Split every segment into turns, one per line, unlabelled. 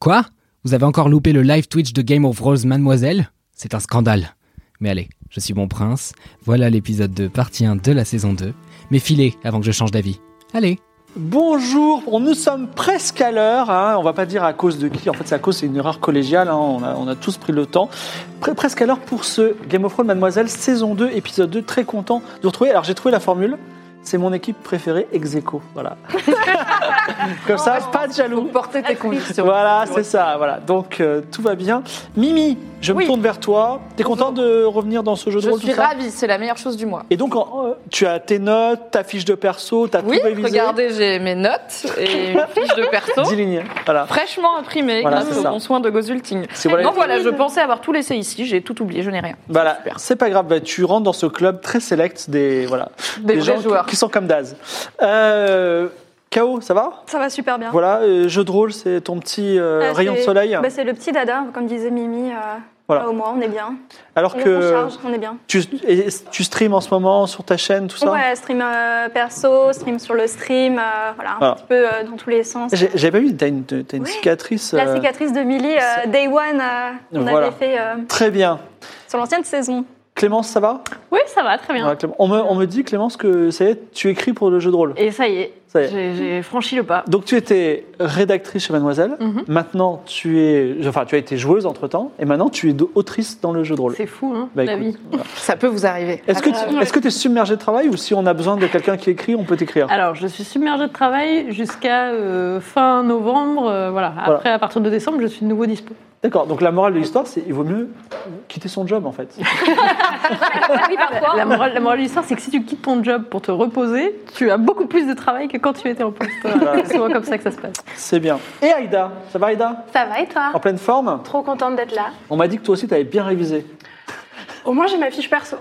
Quoi Vous avez encore loupé le live Twitch de Game of Thrones Mademoiselle C'est un scandale. Mais allez, je suis mon prince. Voilà l'épisode 2, partie 1 de la saison 2. Mais filez avant que je change d'avis. Allez
Bonjour, on- nous sommes presque à l'heure. hein. On va pas dire à cause de qui. En fait, c'est à cause, c'est une erreur collégiale. hein. On, a, on a tous pris le temps. Pre- presque à l'heure pour ce Game of Thrones Mademoiselle saison 2, épisode 2. Très content de retrouver. Alors, j'ai trouvé la formule. C'est mon équipe préférée, Execo. Voilà. Comme ça,
Oh,
pas de jaloux.
Porter tes convictions.
Voilà, c'est ça. Voilà. Donc, euh, tout va bien. Mimi, je me
Oui.
tourne vers toi. T'es
Bonjour.
content de revenir dans ce jeu de
Je
rôle
suis
tout ça
ravie, c'est la meilleure chose du mois.
Et donc, en- euh, tu as tes notes, ta fiche de perso, t'as
Oui,
tout révisé.
regardez, j'ai mes notes et une fiche de perso
10 lignes. Voilà.
fraîchement imprimée
Voilà,
grâce
c'est
au
ça.
bon soin de Gozulting.
C'est voilà.
Donc voilà, je pensais avoir tout laissé ici, j'ai tout oublié, je n'ai rien.
Voilà,
Super.
c'est pas grave, bah, tu rentres dans ce club très select des, voilà,
Des, vrais
gens qui-
joueurs.
Qui, sont comme Daz. Euh, KO, ça va
Ça va super bien.
Voilà, euh, jeu de rôle, c'est ton petit euh,
Ah,
rayon de
c'est-
soleil.
bah, C'est le petit dada, comme disait Mimi. euh,
Voilà.
là, au moins, on est bien.
Alors
On, on
que
charge, on est bien.
tu, et tu streams en ce moment sur ta chaîne, tout ça
Ouais, stream euh, perso, stream sur le stream, euh, voilà, un
Voilà.
petit peu euh, dans tous les sens.
J'ai- J'avais pas vu, t'as une, t'as une
Ouais.
cicatrice.
La
euh,
cicatrice de Millie, euh, Day One, euh, on
Voilà.
avait fait euh,
Très bien.
sur l'ancienne saison.
Clémence, ça va
Oui, ça va, très bien.
Ouais, Clémence. on, me, on me dit, Clémence, que ça y est, tu écris pour le jeu de rôle.
Et ça y est,
Ça y est.
j'ai- j'ai franchi le pas.
Donc tu étais rédactrice chez Mademoiselle,
Mhm.
maintenant tu es, enfin tu as été joueuse entre temps, et maintenant tu es autrice dans le jeu de rôle.
C'est fou, hein,
Bah,
la
écoute,
vie. Ça peut vous arriver.
Est-ce que
Ah,
tu est-ce que es submergé de travail ou si on a besoin de quelqu'un qui écrit, on peut t'écrire
Ah.
Alors, je suis submergée de travail jusqu'à euh, fin novembre. euh, voilà. Après, à partir de décembre, je suis de nouveau dispo.
D'accord, donc la morale de l'histoire, c'est il vaut mieux quitter son job en fait.
oui, parfois.
La morale, la morale de l'histoire, c'est que si tu quittes ton job pour te reposer, tu as beaucoup plus de travail que quand tu étais en poste. Voilà, C'est souvent comme ça que ça se passe.
C'est bien. Et Aïda, ça va Aïda
Ça va et toi
En pleine forme
Trop contente d'être là.
On m'a dit que toi aussi tu avais bien révisé.
Au moins j'ai ma fiche perso.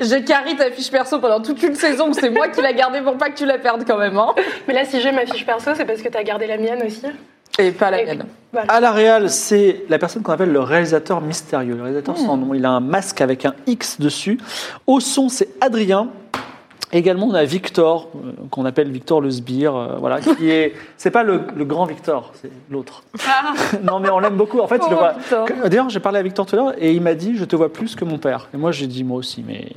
J'ai carré ta fiche perso pendant toute une saison, c'est moi qui la gardée pour pas que tu la perdes quand même, hein.
Mais là si j'ai ma fiche perso, c'est parce que t'as gardé la mienne aussi.
Et pas la
Et-
mienne.
À la réal, c'est la personne qu'on appelle le réalisateur mystérieux, le réalisateur sans nom. Il a un masque avec un X dessus. Au son, c'est Adrien. Également, on a Victor, euh, qu'on appelle Victor le sbire, euh, voilà, qui est. C'est pas le, le grand Victor, c'est l'autre. non, mais on l'aime beaucoup. En fait, il le voit- que- D'ailleurs, j'ai parlé à Victor tout à l'heure et il m'a dit Je te vois plus que mon père. Et moi, j'ai dit Moi aussi, mais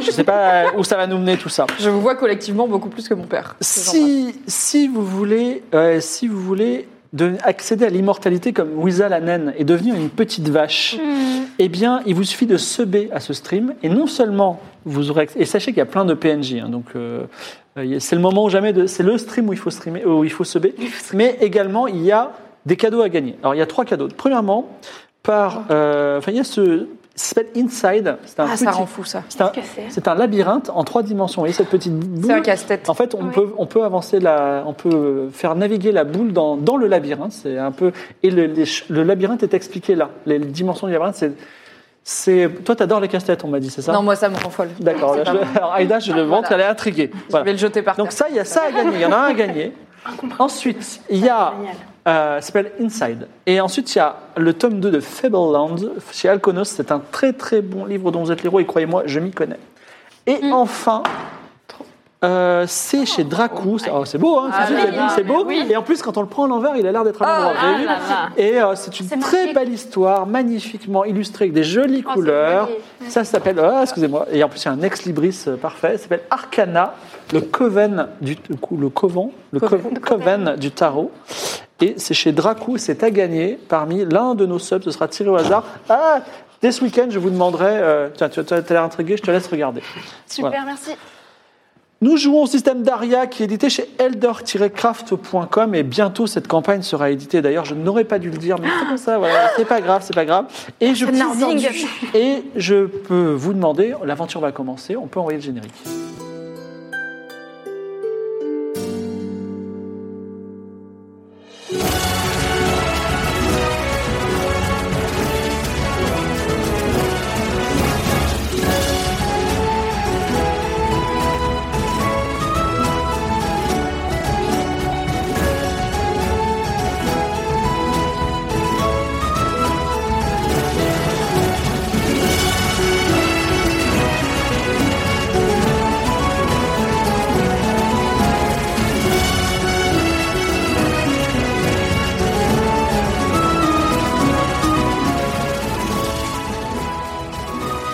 je sais pas où ça va nous mener tout ça.
Je vous vois collectivement beaucoup plus que mon père. Ce genre-là.
Si, si vous voulez, euh, si vous voulez de- accéder à l'immortalité comme Wiza la naine et devenir une petite vache,
Hmm.
eh bien, il vous suffit de seber à ce stream. Et non seulement vous aurez. acc- Et sachez qu'il y a plein de PNJ. hein, donc, euh, euh, y a- c'est le moment où jamais. de- C'est le stream où il faut, streamer, euh, où il faut seber. Mais également, il y a des cadeaux à gagner. Alors, il y a trois cadeaux. Premièrement, par. euh, Enfin, il y a ce. Ça s'appelle Inside. C'est un
Oh. Ah, ça
petit-
rend fou ça.
c'est un-
Qu'est-ce que c'est
c'est un labyrinthe en trois dimensions. Vous voyez cette petite boule
C'est un casse-tête.
en fait, on,
Ouais.
peut, on peut avancer, la, on peut faire naviguer la boule dans, dans le labyrinthe. C'est un peu et le, les ch- le labyrinthe est expliqué là. Les dimensions du labyrinthe, c'est, c'est toi, t'adores les casse-têtes, on m'a dit, c'est ça
Non, moi ça me rend folle.
D'accord.
C'est
là,
pas
je-
vrai.
alors Aïda, je le vante,
Voilà.
elle est intriguée. Voilà.
Je vais le jeter par terre.
Donc ça, il y a ça à gagner. Il y en a un à gagner. Ensuite, il y a
Génial.
euh, ça s'appelle Inside. Et ensuite, il y a le tome 2 de Fableland chez Alconos. C'est un très très bon livre dont vous êtes l'héros et croyez-moi, je m'y connais. Et enfin, euh, c'est chez Dracous. Oh, c'est beau, hein,
Ah
c'est-
là
c'est-
là,
c'est beau.
mais oui.
Et en plus, quand on le prend à l'envers, il a l'air d'être à
Oh,
l'endroit. Vous
ah
avez vu et euh, c'est une
C'est
très
magnifique.
belle histoire, magnifiquement illustrée avec des jolies
Oh, c'est
couleurs.
joli.
Ça s'appelle, ah, excusez-moi, et en plus il y a un ex libris euh, parfait. Ça s'appelle Arcana, le coven du le coven, le coven, coven du tarot. Et c'est chez Dracou, c'est à gagner parmi l'un de nos subs. Ce sera tiré au hasard. Ah, dès ce week-end, je vous demanderai. euh, tiens, tu tu as l'air intrigué, je te laisse regarder.
Super,
Voilà.
merci.
Nous jouons au système Daria qui est édité chez elder-craft.com et bientôt cette campagne sera éditée. D'ailleurs, je n'aurais pas dû le dire, mais c'est comme ça, voilà. C'est pas grave, c'est pas grave. Et je, et je peux vous demander, l'aventure va commencer, on peut envoyer le générique.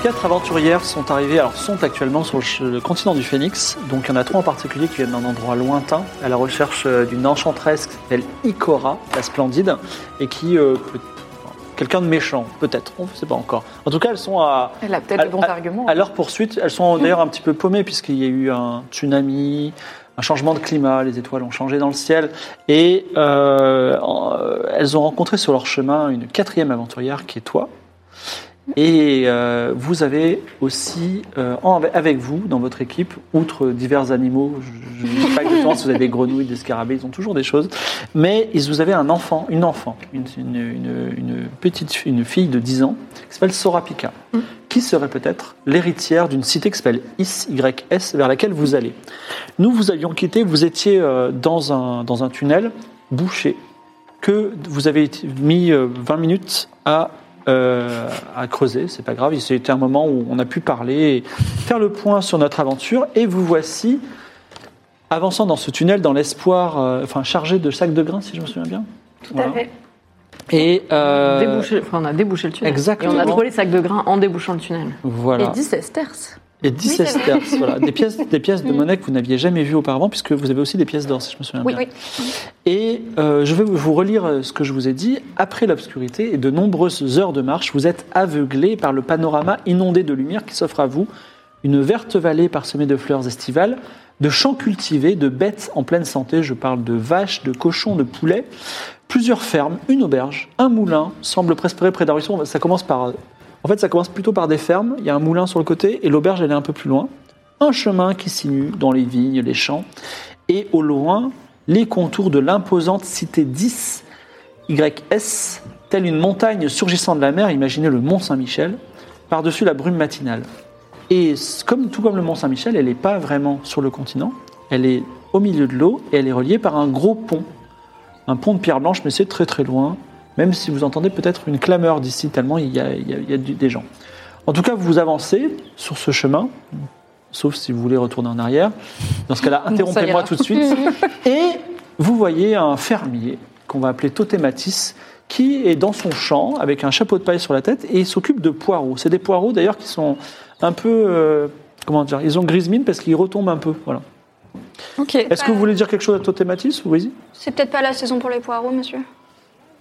Quatre aventurières sont arrivées, alors sont actuellement sur le ch- le continent du Phénix. Donc il y en a trois en particulier qui viennent d'un endroit lointain à la recherche euh, d'une enchanteresse qui s'appelle Ikora, la splendide, et qui euh, peut- quelqu'un de méchant, peut-être, on ne sait pas encore. En tout cas, elles sont à,
Elle a
À-
peut-être de bons
à-
arguments. hein.
à leur poursuite, elles sont d'ailleurs un petit peu paumées puisqu'il y a eu un tsunami, un changement de climat, les étoiles ont changé dans le ciel et euh, en- elles ont rencontré sur leur chemin une quatrième aventurière qui est toi. Et euh, vous avez aussi euh, en- avec vous dans votre équipe, outre divers animaux, je ne sais pas exactement si vous avez des grenouilles, des scarabées, ils ont toujours des choses, mais ils, vous avez un enfant, une enfant, une, une- une- une petite une fille de 10 ans qui s'appelle Sorapika qui serait peut-être l'héritière d'une cité qui s'appelle IS-YS, vers laquelle vous allez. Nous vous avions quitté, vous étiez euh, dans un, dans un tunnel bouché que vous avez été- mis euh, 20 minutes à, euh, à creuser, c'est pas grave, c'était un moment où on a pu parler, et faire le point sur notre aventure, et vous voici avançant dans ce tunnel dans l'espoir, euh, enfin chargé de sacs de grains, si je me souviens bien.
Tout
Voilà.
à fait.
Et euh,
Débouché- enfin, on a débouché le tunnel.
Exactement.
Et on a trouvé les sacs de grains en débouchant le tunnel.
voilà.
Et 10 sesterces.
Et 10
Oui, c'est vrai.
sesterces, voilà. Des pièces, des pièces de monnaie que vous n'aviez jamais vues auparavant, puisque vous avez aussi des pièces d'or, si je me souviens
Oui,
bien.
oui.
Et euh, je vais vous relire euh, ce que je vous ai dit. Après l'obscurité et de nombreuses heures de marche, vous êtes aveuglés par le panorama inondé de lumière qui s'offre à vous. Une verte vallée parsemée de fleurs estivales, de champs cultivés, de bêtes en pleine santé. Je parle de vaches, de cochons, de poulets. Plusieurs fermes, une auberge, un moulin semble prospérer près d'un ruisseau. Ça commence par. En fait, ça commence plutôt par des fermes. Il y a un moulin sur le côté et l'auberge, elle est un peu plus loin. Un chemin qui sinue dans les vignes, les champs. Et au loin, les contours de l'imposante cité 10 YS, telle une montagne surgissant de la mer, imaginez le Mont Saint-Michel, par-dessus la brume matinale. Et c- comme, tout comme le Mont Saint-Michel, elle n'est pas vraiment sur le continent, elle est au milieu de l'eau et elle est reliée par un gros pont. Un pont de pierre blanche, mais c'est très très loin, même si vous entendez peut-être une clameur d'ici, tellement il y a, il y a- il y a du- des gens. En tout cas, vous avancez sur ce chemin, sauf si vous voulez retourner en arrière. Dans ce cas-là, interrompez-moi
ira.
tout de suite. Et vous voyez un fermier qu'on va appeler Totematis qui est dans son champ avec un chapeau de paille sur la tête et il s'occupe de poireaux. C'est des poireaux d'ailleurs qui sont un peu euh, comment dire, ils ont grise mine parce qu'ils retombent un peu. Voilà.
Ok.
Est-ce que vous voulez dire quelque chose à Totematis ou vas-y
C'est peut-être pas la saison pour les poireaux, monsieur.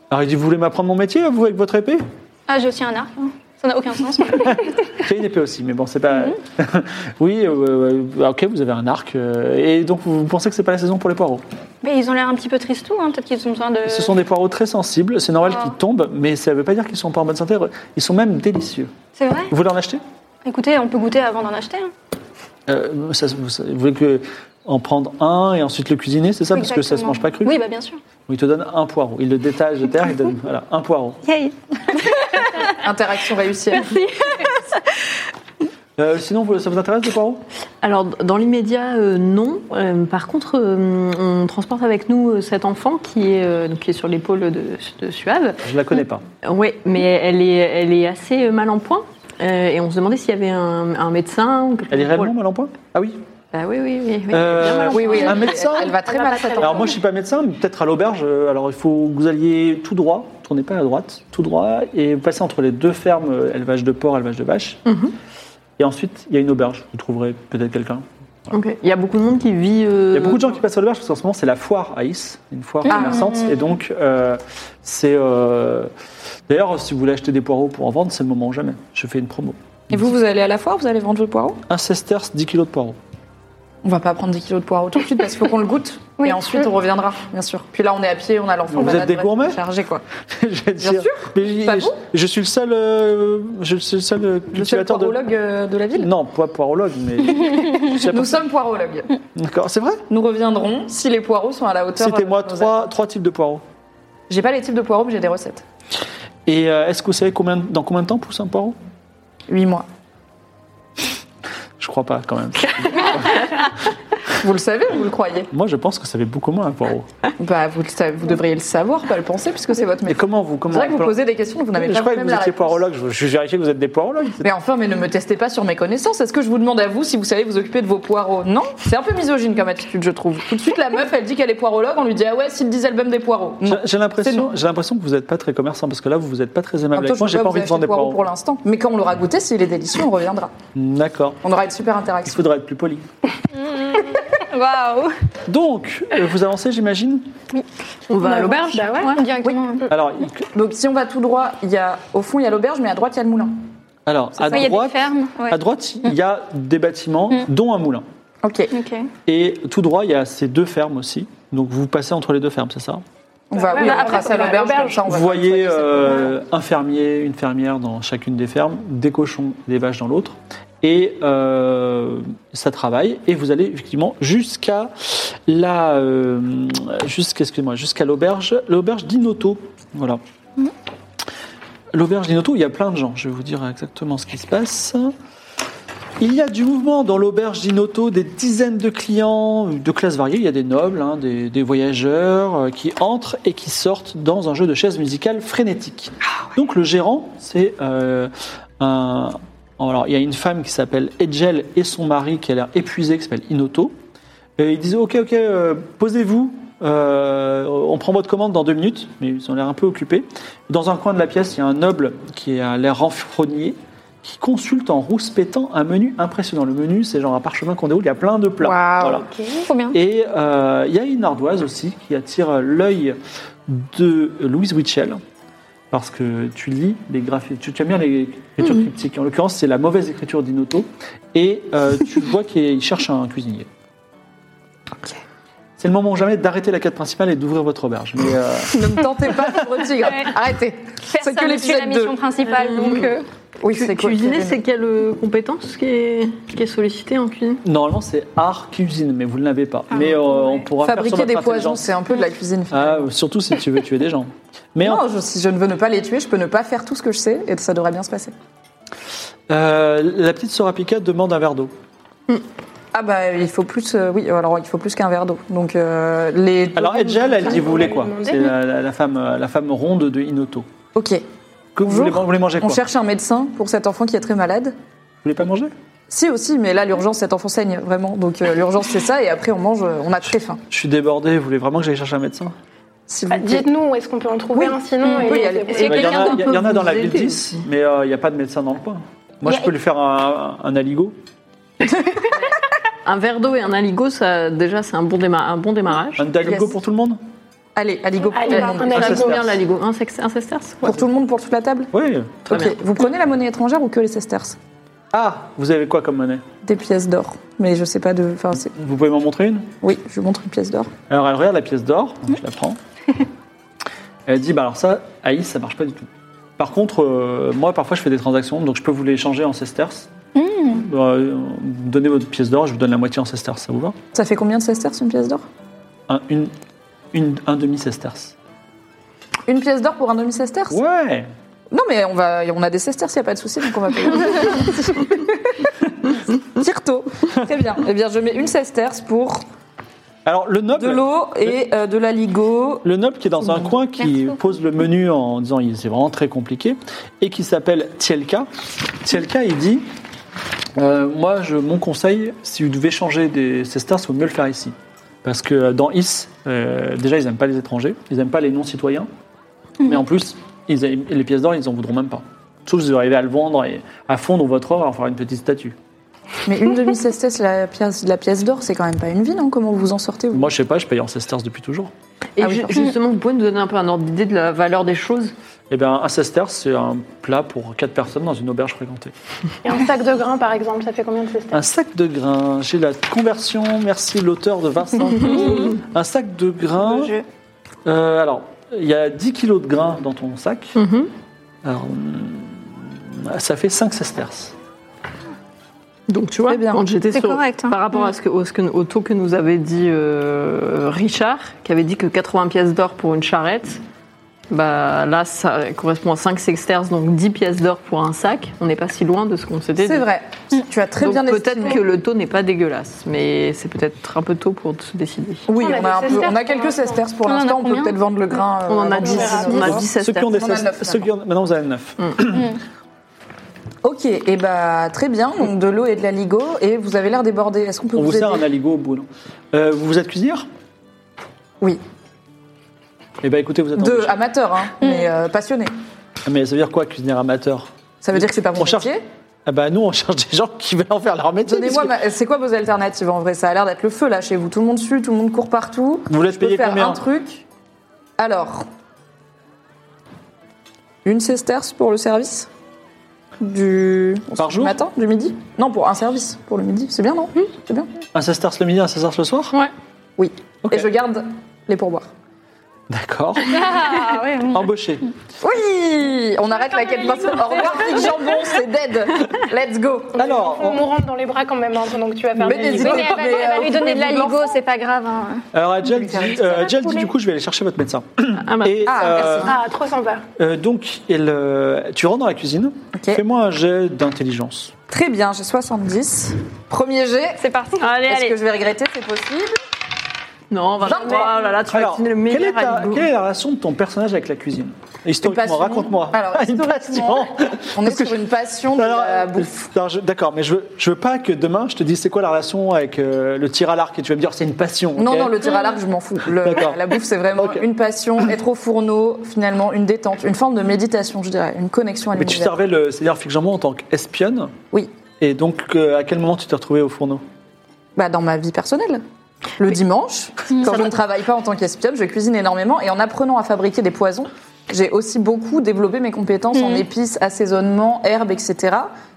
Alors il dit vous voulez m'apprendre mon métier vous avec votre épée
Ah, j'ai aussi un arc. hein. Ça n'a aucun sens.
J'ai une épée aussi mais bon c'est pas. oui euh, euh, ok vous avez un arc euh, et donc vous pensez que c'est pas la saison pour les poireaux.
Mais ils ont l'air un petit peu tristous, hein. peut-être qu'ils ont besoin de.
Ce sont des poireaux très sensibles c'est normal
Ah.
qu'ils tombent mais ça veut pas dire qu'ils sont pas en bonne santé ils sont même délicieux.
C'est vrai
Vous voulez en acheter
Écoutez, on peut goûter avant d'en acheter. hein.
Euh, ça- vous, vous voulez que en prendre un et ensuite le cuisiner, c'est ça Parce que ça se
Exactement.
mange pas cru
Oui, bah bien sûr.
Il te donne un poireau. Il le détache de terre, il donne voilà, un poireau.
Interaction réussie.
Euh, sinon, vous- ça vous intéresse, le poireau
Alors, dans l'immédiat, euh, non. Euh, par contre, euh, on transporte avec nous euh, cet enfant qui est, euh, donc, qui est sur l'épaule de, de Suave.
Je la connais pas.
Oui, mais elle est, elle est assez euh, mal en point. Euh, et on se demandait s'il y avait un, un médecin. ou quelque
Elle est
chose
réellement
pour-
mal en point Ah oui
Bah oui, oui, oui. oui.
Euh,
Bien mal en point.
Oui, oui.
Un
elle-
médecin
Elle va très mal s'attendre.
Alors moi, je suis pas médecin, mais peut-être à l'auberge. euh, Alors il faut que vous alliez tout droit, tournez pas à droite, tout droit, et vous passez entre les deux fermes, euh, élevage de porc, élevage de vaches.
Mhm.
Et ensuite, il y a une auberge. Vous trouverez peut-être quelqu'un.
Ok. Il y a beaucoup de monde qui vit. euh,
Il y
Euh,
a beaucoup de gens qui passent à l'auberge parce qu'en ce moment c'est la foire à Is, une foire
Ah.
commerçante. Et donc, euh, c'est. euh, D'ailleurs, si vous voulez acheter des poireaux pour en vendre, c'est le moment ou jamais. Je fais une promo.
Et vous, vous allez à la foire, vous allez vendre le poireau
Un sesterce, 10 kilos de poireaux.
On va pas prendre 10 kilos de poireaux tout de suite parce qu'il faut qu'on le goûte.
Oui.
Et ensuite, on reviendra, bien sûr. Puis là, on est à pied, on a l'enfant.
Vous
malade,
êtes des
bref,
gourmets
Chargé, quoi.
je vais
Bien
dire.
sûr,
Mais j'y-
pas
je,
vous
je suis le seul. euh, je suis le seul euh,
Le seul
cultivateur de.
poirologue euh, de la ville.
Non, pas poirologue, mais. je sais pas.
Nous sommes poirologues.
D'accord, c'est vrai
Nous reviendrons si les poireaux sont à la hauteur. euh,
C'était moi
de nos
trois, trois types de poireaux.
attentes. J'ai pas les types de poireaux, mais j'ai des recettes.
Et euh, est-ce que vous savez combien, dans combien de temps pousse un poireau
8 mois.
Je crois pas, quand même.
Vous le savez, vous le croyez
Moi, je pense que ça fait beaucoup moins un poireau.
Bah, vous, le savez, vous devriez le savoir, pas le penser, puisque c'est votre
Et
métier.
comment vous comment
C'est vrai que vous posez des questions que vous n'avez
Je
pas
croyais que
vous-même
vous
la
étiez
réponse.
poirologue. Je, je vérifié que vous êtes des poirologues.
Mais enfin, mais ne me testez pas sur mes connaissances. Est-ce que je vous demande à vous si vous savez vous occuper de vos poireaux Non C'est un peu misogyne comme attitude, je trouve. Tout de suite, la meuf, elle dit qu'elle est poirologue. On lui dit Ah ouais, s'il disait albums des poireaux.
J'ai-
Non.
J'ai
C'est
l'impression,
non.
j'ai l'impression que vous n'êtes pas très commerçant parce que là, vous n'êtes pas très
En
aimable
même temps,
avec moi.
je
J'ai pas
ne pas vous
envie de
acheter de
vendre des
poireaux pour
poireaux.
l'instant. Mais quand on l'aura goûté, s'il est délicieux, on reviendra.
D'accord.
On aura une super
Il
interaction.
faudra être plus poli.
Waouh
Donc, euh, vous avancez, j'imagine.
On va à l'auberge
Bah ouais.
Directement.
Alors, il-
Donc si on va tout droit, il y a au fond il y a l'auberge, mais à droite il y a le moulin.
alors à
Ouais, Il y a des
droite,
fermes. Ouais.
à droite, il y a des bâtiments,
Mm.
dont un moulin.
Ok.
Ok.
Et tout droit, il y a ces deux fermes aussi. Donc, vous passez entre les deux fermes, c'est ça
On va,
ouais,
oui,
bah,
on
après,
passe à
on va à
l'auberge. comme
l'auberge.
ça, on va
Vous
faire une
voyez
fois que c'est
euh, un fermier, une fermière dans chacune des fermes, des cochons, des vaches dans l'autre. Et euh, ça travaille. Et vous allez effectivement jusqu'à la, euh, jusqu'à- excusez-moi, jusqu'à l'auberge, l'auberge d'Inoto. Voilà.
Mmh.
L'auberge d'Inoto, il y a plein de gens. Je vais vous dire exactement ce qui se passe. Il y a du mouvement dans l'auberge d'Inoto, des dizaines de clients de classes variées. Il y a des nobles, hein, des, des voyageurs euh, qui entrent et qui sortent dans un jeu de chaises musicales frénétique. Donc le gérant, c'est euh, un. Alors il y a une femme qui s'appelle Edgel et son mari qui a l'air épuisé, qui s'appelle Inoto. Et ils disent Ok, ok, euh, posez-vous. euh, on prend votre commande dans deux minutes, mais ils ont l'air un peu occupés. Dans un coin de la pièce, il y a un noble qui a l'air renfrogné, qui consulte en rouspétant un menu impressionnant. Le menu, c'est genre un parchemin qu'on déroule, il y a plein de plats.
Waouh.
Voilà.
Trop bien.
Et euh, il y a une ardoise aussi qui attire l'œil de Louise Witchell. Parce que tu lis les graphiques, tu, tu aimes bien les écritures
Mhm.
cryptiques. En l'occurrence, c'est la mauvaise écriture d'Inoto. Et euh, tu vois qu'il cherche un cuisinier. C'est le moment ou jamais d'arrêter la quête principale et d'ouvrir votre auberge. Mais, euh,
Ne me tentez pas, pauvre tigre.
Ouais.
Arrêtez.
Personne
C'est que
ne suit la
l'épisode 2.
mission principale, donc. euh,
Mmh. Oui,
Cu-
c'est quoi
Cuisiner,
Kevin
c'est quelle euh, compétence qui est, qui est sollicitée en cuisine
normalement, c'est art cuisine, mais vous ne l'avez pas.
Ah,
mais euh, on
ouais.
pourra faire sur
Fabriquer des
votre
poisons,
intelligence.
c'est un peu de la cuisine.
Ah, surtout si tu veux tuer des gens. Mais en-
Non, je- si je ne veux ne pas les tuer, je peux ne pas faire tout ce que je sais et ça devrait bien se passer.
euh, la petite Sorapika demande un verre d'eau.
Ah bah il faut plus, euh, oui, alors il faut plus qu'un verre d'eau. Donc euh, les.
Alors Edgel, elle dit vous voulez quoi
On va lui
C'est
demander.
la, la- la femme, euh, la femme ronde de Inoto.
Ok.
Que vous
Bonjour.
voulez, vous voulez manger
On
quoi
cherche un médecin pour cet enfant qui est très malade.
Vous voulez pas manger
Si aussi, mais là l'urgence, cet enfant saigne vraiment. Donc euh, l'urgence c'est ça et après on mange, euh, on a très faim.
Je suis débordé. Vous voulez vraiment que j'aille chercher un médecin
S'il
Ah,
vous plaît.
Dites-nous, où est-ce qu'on peut en trouver
Oui.
un sinon
Mm,
et-
oui, allez.
et-
C'est
Eh ben, Il y en a-
quelqu'un
il y, en a
peut
dans
vous
la ville
aider
10,
aussi.
mais euh, il n'y a pas de médecin dans le coin. Moi,
Il y
je
a-
peux lui faire un, un aligot.
Un verre d'eau et un aligot, ça, déjà, c'est un, bon déma- un bon démarrage.
Un aligot
Yes.
pour tout le monde
Allez, Aligo pour,
Allez,
tout le
on
monde.
a
Ça
sesterce.
combien l'aligot un, sex- un sesterce
pour tout le monde, pour toute la table.
Oui. Très
ok.
bien.
Vous prenez la monnaie étrangère ou que les sesterces
Ah, vous avez quoi comme monnaie
Des pièces d'or. Mais je sais pas de. Enfin, c'est-
Vous pouvez m'en montrer une
oui, je vous montre une pièce d'or.
Alors elle regarde la pièce d'or, donc je la prends. Elle dit bah alors ça, Aïs, ça marche pas du tout. Par contre, euh, moi parfois je fais des transactions, donc je peux vous les changer en sesterces. Euh, donnez votre pièce d'or, je vous donne la moitié en sesterces, ça vous va
Ça fait combien de sesterces une pièce d'or
un, une, une, un demi sesterce.
Une pièce d'or pour un demi sesterce
Ouais.
Non, mais on, va, on a des sesterces, il n'y a pas de souci, donc on va payer. Tirto. Très bien. Eh bien, je mets une sesterce pour
Alors le noble,
de l'eau et euh, de l'aligo.
le noble qui est dans un coin qui pose le menu en disant il- c'est vraiment très compliqué et qui s'appelle Tielka. Tielka, il dit Euh, moi, je, mon conseil, si vous devez changer des sesterces, il vaut mieux le faire ici. Parce que dans IS, euh, déjà, ils n'aiment pas les étrangers, ils n'aiment pas les non-citoyens. Mais en plus, ils aiment- les pièces d'or, ils n'en voudront même pas. Sauf si vous arrivez à le vendre et à fondre votre or et en faire une petite statue.
Mais une demi-sesterce, la pièce, la pièce d'or, c'est quand même pas une vie, non Comment vous vous en sortez vous
Moi, je sais pas, je paye en sesterces depuis toujours.
Et
Ah oui,
ju-
pardon.
justement, vous pouvez nous donner un peu un ordre d'idée de la valeur des choses
Eh bien, un sesterce, c'est un plat pour quatre personnes dans une auberge fréquentée.
Et un sac de grains, par exemple, ça fait combien de sesterces
Un sac de grains, j'ai la conversion, merci l'auteur de Vincent. un sac de grains.
Le jeu.
Euh, alors, il y a 10 kilos de grains dans ton sac.
Mhm.
Alors, hum, ça fait 5 sesterces.
Donc tu vois,
C'est bien.
quand j'étais
C'est
sur,
correct, hein.
par rapport à ce que, au, ce que- au taux que nous avait dit euh, Richard, qui avait dit que 80 pièces d'or pour une charrette, Bah, là, ça correspond à 5 sexters, donc 10 pièces d'or pour un sac. On n'est pas si loin de ce qu'on s'était dit.
C'est vrai. Tu as très
Donc
bien
peut-être
estimé.
que le taux n'est pas dégueulasse, mais c'est peut-être un peu tôt pour se décider.
Oui,
On a
on a,
des
un peu- on
sesterces
a
pour
quelques
l'instant.
sesterces pour
On en a
l'instant. On peut
combien
peut-être vendre le grain. euh,
On en a
avant.
10,
verra.
on a
Ceux
10
Ceux qui ont des
On en a
cestes-
neuf,
ceux qui ont- Maintenant, vous en avez 9.
Ok, et bah très bien. Donc de l'eau et de l'aligo. Et vous avez l'air débordé. Est-ce qu'on peut
On vous
vous aider
sert un aligot au bout. non Euh, vous vous êtes cuisinière
Oui.
Eh bien, écoutez, vous êtes
De
embauché.
amateur, hein,
Mm.
mais euh, passionné.
Mais ça veut dire quoi, cuisinière amateur
Ça veut dire que c'est pas mon
On cherche-
métier.
Ah bah nous, on cherche des gens qui veulent en faire leur métier.
Donnez-moi,
parce
ma- c'est quoi vos alternatives en vrai Ça a l'air d'être le feu là chez vous. Tout le monde suit, tout le monde court partout.
Vous voulez
Je peux
payer
faire
combien
un truc. Alors, une sesterce pour le service du
Par
du
jour
matin, du midi Non, pour un service, pour le midi. C'est bien, non C'est bien.
que Un sestars le midi, un sestars le soir
Ouais.
Oui.
Ok.
Et je garde les pourboires.
D'accord.
Ah, ouais, bon.
Embauché.
Oui On arrête la quête principale. Au revoir, fric jambon, c'est dead. Let's go.
Alors, on-
On rentre dans les bras quand même hein, pendant que tu vas faire
Mais
l'aligot.
n'hésitez
Oui, mais elle va,
Mais,
elle va
euh,
lui
vous
donner de
voulez
la
de l'enfant
ligo, c'est pas grave. hein.
alors Adjel dit, euh, Adjel dit,
poulet.
du coup, je vais aller chercher votre médecin.
Ah, bah.
Et,
Ah,
euh,
Ah, 300 balles.
euh, donc, il, euh, tu rentres dans la cuisine.
Ok.
Fais-moi un jet d'intelligence.
Très bien, j'ai 70. Premier jet.
C'est parti.
Allez,
Est-ce
allez.
que je vais regretter C'est possible.
Non, on va
Vingt-trois.
Oh là là, tu vas
Alors,
cuisiner le
quelle est,
meilleur
ta-
aligot.
quelle est la relation de ton personnage avec la cuisine Historiquement,
passion.
raconte-moi.
Alors,
Une
historiquement,
passion.
On
Parce
est
que
sur une passion de
Alors,
la
euh,
bouffe.
alors, je- D'accord, mais je veux, je veux pas que demain je te dise c'est quoi la relation avec euh, le tir à l'arc et tu vas me dire c'est une passion.
Non,
ok
non, le tir à l'arc, je m'en fous. Le-
D'accord.
la bouffe, c'est vraiment
Ok.
une passion, être au fourneau, finalement, une détente, une forme de méditation, je dirais, une connexion à
Mais tu
l'univers.
servais le Seigneur Fic Jambon en tant qu'espionne
Oui,
et donc euh, à quel moment tu t'es retrouvé au fourneau
bah, dans ma vie personnelle. Le dimanche, quand je ne travaille pas en tant qu'espionne, je cuisine énormément et en apprenant à fabriquer des poisons, j'ai aussi beaucoup développé mes compétences en épices, assaisonnement, herbes, etc.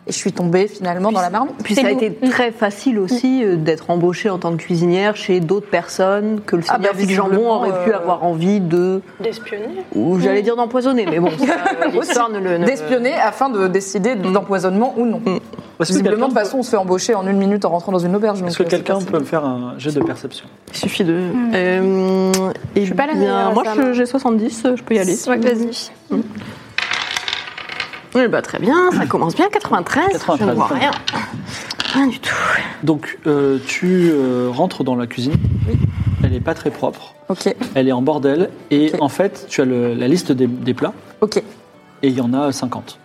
Et je suis tombée finalement dans la marmite.
Puis ça a été très facile aussi euh, d'être embauchée en tant que cuisinière chez d'autres personnes que le
Ah bah,
seigneur Vic Jambon
visiblement,
aurait pu
euh, Mm.
avoir envie de,
D'espionner.
ou j'allais dire d'empoisonner, mais bon, ça, euh, l'histoire ne le. ne-
D'espionner afin de décider de l'empoisonnement ou non.
Est-ce que
Visiblement, de
quelqu'un
toute façon, on se fait embaucher en une minute en rentrant dans une auberge.
peut-
donc,
est-ce que
euh, c'est
quelqu'un
facile.
peut me faire un jet de perception
Il suffit de. Euh, et je
Mm. suis pas la meilleure à
Moi,
ça,
je-
moi.
j'ai 70, je peux y aller.
Ouais, vas-y.
Eh bah, très bien, ça commence bien, 93. je
93,
ne vois
très
rien. Rien du tout.
Donc euh, tu euh, rentres dans la cuisine. Elle est pas très propre.
Ok,
Elle est en bordel et
Ok.
en fait tu as le- la liste des, des plats
ok.
et il y en a 50.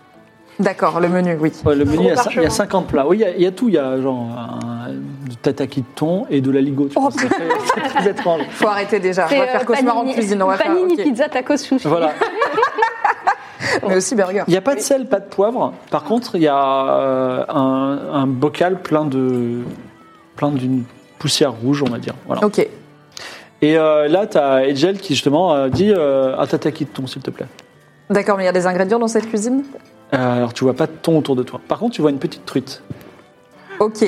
D'accord, le menu, oui.
Ouais, le menu, il y, a, cin- il y a
parchemin.
50 plats. Oui, il y, a- il y a tout. Il y a genre un- du tataki de thon et de l'aligot. tu vois. C'est très- c'est très étrange.
Faut arrêter déjà. On va faire cauchemar en cuisine. On va faire.
Panini
ok.
pizza tacos sushi.
Voilà.
Mais aussi burger.
Il n'y a pas de sel, pas de poivre. Par contre, il y a euh, un, un bocal plein de plein d'une poussière rouge, on va dire. Voilà.
Ok.
Et euh, là, tu as Edgel qui justement euh, dit euh, un tataki de thon, s'il te plaît.
D'accord, mais il y a des ingrédients dans cette cuisine
Euh, alors, tu vois pas de thon autour de toi. Par contre, tu vois une petite truite.
Ok.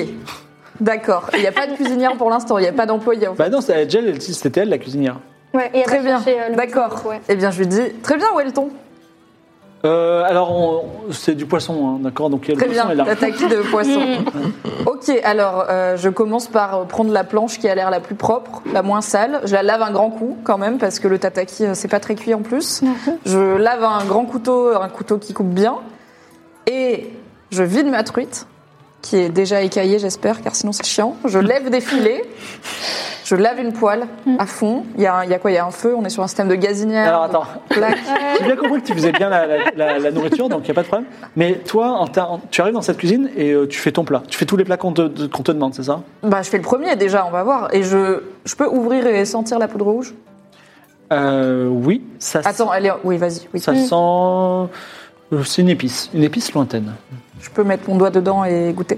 D'accord. Il n'y a pas de cuisinière pour l'instant. Il n'y a pas d'employé. en fait.
Bah non, c'est Edgel, elle- c'était elle la cuisinière.
Ouais,
Très bien.
euh,
D'accord. Eh bien, je lui dis très bien, où est le thon
Euh, alors, on- c'est du poisson, hein, d'accord Donc, il y a le
Très
poisson
bien,
et là.
tataki de poisson. ok, alors euh, je commence par euh, prendre la planche qui a l'air la plus propre, la moins sale. Je la lave un grand coup quand même, parce que le tataki, euh, c'est pas très cuit en plus. je lave un grand couteau, euh, un couteau qui coupe bien. Et je vide ma truite, qui est déjà écaillée, j'espère, car sinon c'est chiant. Je lève des filets. Je lave une poêle à fond. Il y, a un- il y a quoi Il y a un feu, on est sur un système de gazinière.
Alors,
de
attends.
plaques.
J'ai bien compris que tu faisais bien la, la- la- la nourriture, donc il n'y a pas de problème. Mais toi, en ta- en- tu arrives dans cette cuisine et euh, tu fais ton plat. Tu fais tous les plats qu'on te, de- qu'on te demande, c'est ça
Bah, je fais le premier déjà, on va voir. Et je, je peux ouvrir et sentir la poudre rouge
Euh, Oui, ça, s-
Attends, elle est... Oui, vas-y. Oui.
ça sent. euh, C'est une épice, une épice lointaine.
Je peux mettre mon doigt dedans et goûter.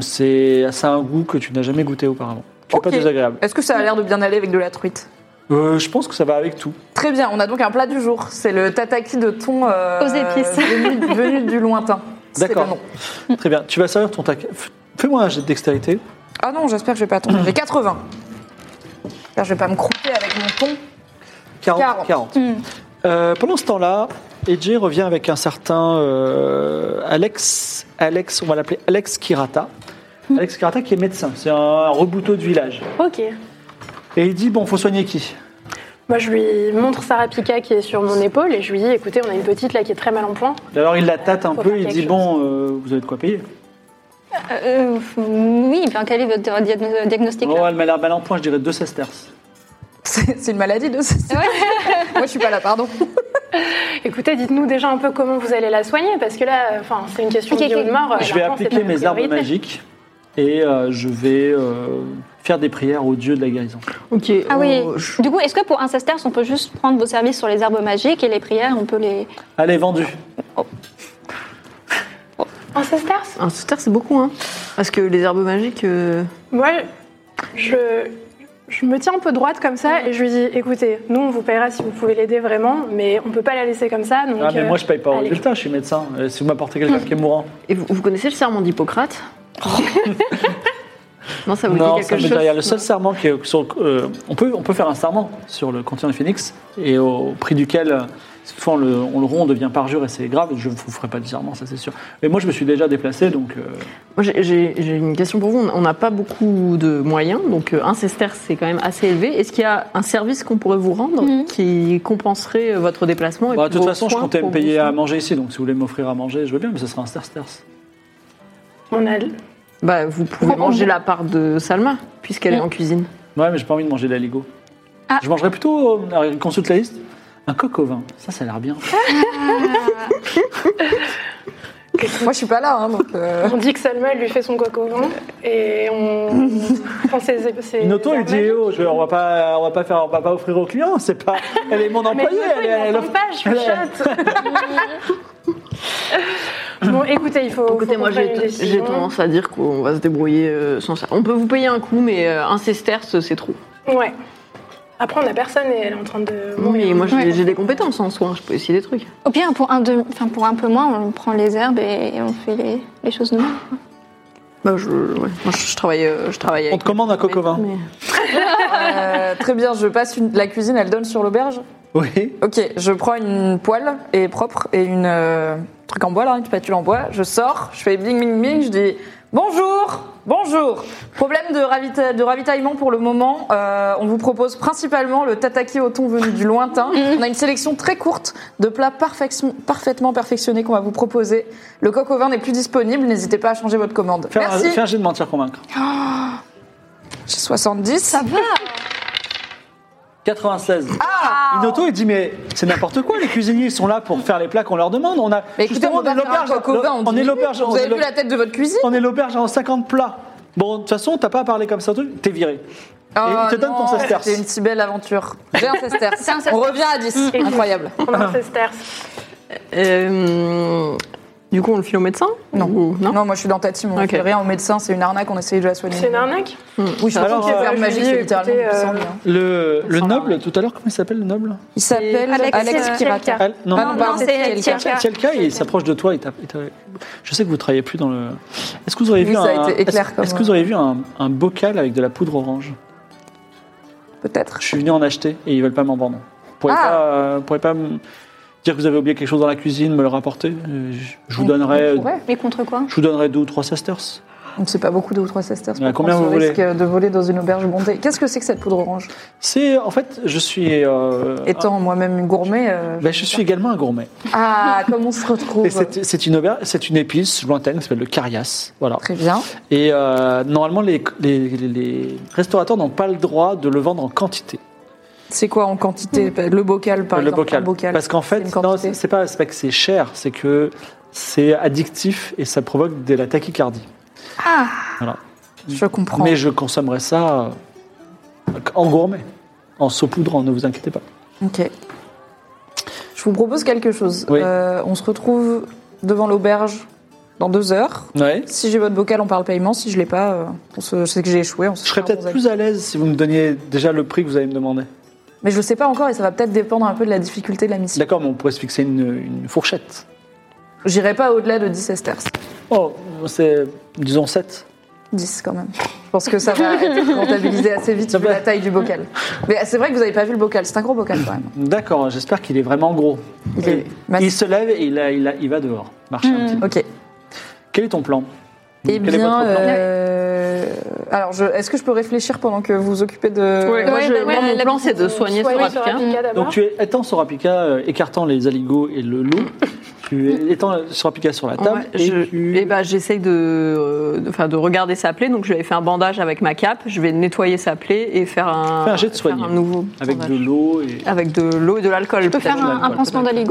C'est ça a un goût que tu n'as jamais goûté auparavant. Qui n'est pas
Ok.
désagréable.
Euh,
Est-ce que ça a l'air de bien aller avec de la truite
Euh, je pense que ça va avec tout.
Très bien, on a donc un plat du jour. C'est le tataki de thon euh,
Aux épices.
venu, venu du lointain. C'est le
D'accord.
nom.
Très bien. Tu vas servir ton tac. F- Fais-moi un jet de dextérité.
Ah non, j'espère que je vais pas tomber. J'ai 80. J'espère que je vais pas me croûter avec mon thon.
40.
40.
40.
Hmm.
Euh, pendant ce temps-là, Edge revient avec un certain euh, Alex, Alex, on va l'appeler Alex Kirata.
Hmm.
Alex Kirata qui est médecin, c'est un rebouteau de village.
Ok.
Et il dit, bon, faut soigner qui
Moi, je lui montre Sarah Pika qui est sur mon épaule et je lui dis écoutez, on a une petite là qui est très mal en point.
Et Alors il la tâte un
Faut
peu,
faire
il
quelque
dit
chose.
bon, euh, vous avez de quoi payer.
Euh, euh, oui, bien quel est votre diagno- euh, diagnostic
Oh,
là
elle m'a l'air mal en point, je dirais deux sesterces.
C'est c'est une maladie de ça. Moi, je suis pas là, pardon.
Écoutez, dites-nous déjà un peu comment vous allez la soigner parce que là, euh, enfin, c'est une question
Ok,
de vie
ok.
ou de mort. euh,
je vais
L'argent, c'est
appliquer
notre
mes arbres
priorité.
magiques et euh, je vais euh, faire des prières au dieu de la guérison.
Ok.
Ah oui.
on- je-
Du coup, est-ce que pour un sesterce, on peut juste prendre vos services sur les herbes magiques et les prières, on peut les.
Allez, vendu.
Un sesterce
Un sesterce, c'est beaucoup, hein. Parce que les herbes magiques. euh,
Moi, je, je me tiens un peu droite comme ça et je lui dis écoutez, nous, on vous paiera si vous pouvez l'aider vraiment, mais on peut pas la laisser comme ça. Donc,
ah, mais
euh,
moi je paye pas au
allez.
résultat, je suis médecin. Euh, si vous m'apportez quelqu'un qui est mourant,
Et vous, vous connaissez le serment d'Hippocrate Non, ça vous
non,
dit
ça
quelque
me dit
chose
rien. Le seul serment qui est sur le- euh, on peut on peut faire un serment sur le continent du Phoenix et au prix duquel. euh, Souvent, on le, on le rompt, on devient parjure et c'est grave. Je ne vous ferai pas de serment, ça c'est sûr. Mais moi, je me suis déjà déplacé, donc euh,
Moi, j'ai- J'ai j'ai une question pour vous. On- On n'a pas beaucoup de moyens, donc euh, un sesterce, c'est quand même assez élevé. Est-ce qu'il y a un service qu'on pourrait vous rendre qui compenserait euh, votre déplacement et
Bah,
puis
de toute
vos
façon, je
soins
comptais
pour
me payer
vous- hein.
à manger ici, donc si vous voulez m'offrir à manger, je veux bien, mais ce sera un stersterce.
On a,
Bah, vous pouvez
On-
manger
on-
la part de Salma, puisqu'elle est en cuisine.
Ouais, mais j'ai pas envie de manger de la Ligo.
Ah.
Je mangerais plutôt, euh, alors, consulte la liste, un coq au vin. Ça, ça a l'air bien.
Moi, je suis pas là, hein, donc. euh,
on dit que Salma elle lui fait son coq au vin et on prend ses. ses
Inoto, il
armes
dit,
magiques.
oh, je- on va pas, on va pas faire, on va pas offrir au client, c'est pas, elle est mon
Mais
employée,
Inoto,
elle,
il
elle
m'entend
offre-
pas, je suis chatte. bon, écoutez, il faut.
Écoutez,
faut
moi,
qu'on prenne une
j'ai j'ai
décision.
tendance à dire qu'on va se débrouiller euh, sans ça. On peut vous payer un coup, mais euh, un sesterce, c'est trop.
Ouais. Après, on a personne et elle est en train de
Oui,
mourir.
mais moi, j'ai
Ouais.
j'ai des compétences en soins, je peux essayer des trucs.
Au pire, pour un, demi- enfin, pour un peu moins, on prend les herbes et on fait les, les choses nous-mêmes.
Bah, je, ouais. Moi, je, je travaille, euh, je travaille
On
avec...
te hein. commande un coq au vin.
Mais-
euh, très bien, je passe une- la cuisine, elle donne sur l'auberge.
Oui.
Ok, je prends une poêle et propre et une euh, truc en bois là, une spatule en bois. Je sors, je fais bing bing bing, je dis bonjour, bonjour. Problème de, ravita- de ravitaillement pour le moment. euh, on vous propose principalement le tataki au thon venu du lointain. On a une sélection très courte de plats perfection- parfaitement perfectionnés qu'on va vous proposer. Le coq au vin n'est plus disponible, n'hésitez pas à changer votre commande.
Faire un,
Merci.
faire un jet de mentir convaincre.
J'ai 70.
96.
Ah.
Inoto, il dit, mais c'est n'importe quoi, les cuisiniers, ils sont là pour faire les plats qu'on leur demande. On a,
Mais écoutez,
justement,
on va
est
faire un coq au vin. en
on
10
est
minutes.
l'auberge, on
Vous
est
avez vu
l'auberge-
la tête de votre cuisine
On est l'auberge en 50 plats. Bon, de toute façon, t'as pas à parler comme ça, toi, t'es viré. Et on te donne ton
Oh non,
sesterce.
C'était une si belle aventure. J'ai un sesterce.
C'est un sesterce.
On revient à 10. Incroyable.
On a un sesterce.
Euh, du coup, on le file au médecin
Non.
Ou-
Non,
non
moi je suis dans ta team. On
Ok.
fait rien aux médecins, c'est une arnaque, on essaye de la soigner.
C'est une arnaque
Hum,
Oui, je
Alors,
pense que les
euh,
herbes
je
magiques,
dis,
c'est littéralement
écoutez,
puissant,
euh,
mais, hein.
Le, le noble, tout à l'heure, comment il s'appelle le noble
Il s'appelle Alex,
Alex, euh,
Kiraka.
Al- Non,
Ah non, pardon,
c'est
c'était Elka.
Kiraka.
C'est le cas, il s'approche de toi. il t'a- il t'a- Je sais que vous travaillez plus dans le. Est-ce que vous auriez
Oui,
vu
ça a
un.
été
Est-ce
éclair comme-
est-ce que vous auriez vu un, un bocal avec de la poudre orange
Peut-être.
Je suis venu en acheter et ils veulent pas m'en vendre. Vous pourriez
Ah.
pas, euh, vous pourriez pas me dire que vous avez oublié quelque chose dans la cuisine, me le rapporter Euh, Je je vous donnerai. euh,
Ouais.
Mais contre quoi
Je vous donnerai deux ou trois sesterces.
Donc c'est pas beaucoup, deux ou trois sesterces.
Mais à
pour
combien
prendre
vous
ce
voulez
risque de voler dans une auberge bondée. Qu'est-ce que c'est que cette poudre orange
C'est en fait, je suis. euh,
Étant moi-même une gourmet. euh,
un- ben, je suis également un gourmet.
Ah, comme on se retrouve.
Et c'est c'est une auberge, c'est une épice lointaine qui s'appelle le carias. Voilà.
Très bien.
Et euh, normalement, les, les- les- les restaurateurs n'ont pas le droit de le vendre en quantité.
C'est quoi en quantité Le bocal, par
le
exemple.
bocal.
un
Parce qu'en
C'est une
fait, non,
quantité.
c'est c'est pas, c'est pas que c'est cher, c'est que c'est addictif et ça provoque de la tachycardie.
Je comprends.
Mais je consommerai ça euh, en gourmet, en saupoudrant, ne vous inquiétez pas.
Ok. Je vous propose quelque chose.
Oui.
Euh, on se retrouve devant l'auberge dans deux heures.
Ouais.
Si j'ai votre bocal, on parle paiement. Si je l'ai pas, euh, on se... je sais que j'ai échoué. On se
Je serais
fait un
peut-être
Ah, bon
plus à l'aise si vous me donniez déjà le prix que vous allez me demander.
avis. Mais je le sais pas encore et ça va peut-être dépendre un peu de la difficulté de la mission.
D'accord, mais on pourrait se fixer une, une fourchette.
J'irai pas au-delà de 10 esters.
Oh, c'est, disons 7.
10 quand même. Je pense que ça va être comptabilisé assez vite vu la taille du bocal. Mais c'est vrai que vous avez pas vu le bocal. C'est un gros bocal quand même.
D'accord, j'espère qu'il est vraiment gros.
Il est
Il
massif. Mm.
se lève et il, a- il a- il va dehors, marcher un petit peu.
Ok.
Quel est ton plan
Eh
Quel est votre
bien,
plan
euh, alors, je- est-ce que je peux réfléchir pendant que vous vous occupez de...
Ouais, moi,
Ouais,
je-
bah,
moi,
ouais,
mon
la
plan,
petite-
c'est de soigner
soigner
Sorapika.
Sorapika d'abord.
Donc tu es étant sur Apika, euh, écartant les aligots et le loup, tu
Mm.
es étant sur Apika sur la table,
Ouais,
et
je-
tu...
eh ben, j'essaye de, euh, de, enfin, de regarder sa plaie. Donc, je lui avais fait un bandage avec ma cape. Je vais nettoyer sa plaie et faire un,
Fais un jet de soigner.
un nouveau
avec de
bandage.
l'eau et...
Avec de l'eau et de l'alcool.
Je peux faire
Ah,
un,
peut-être.
un pansement d'aligo.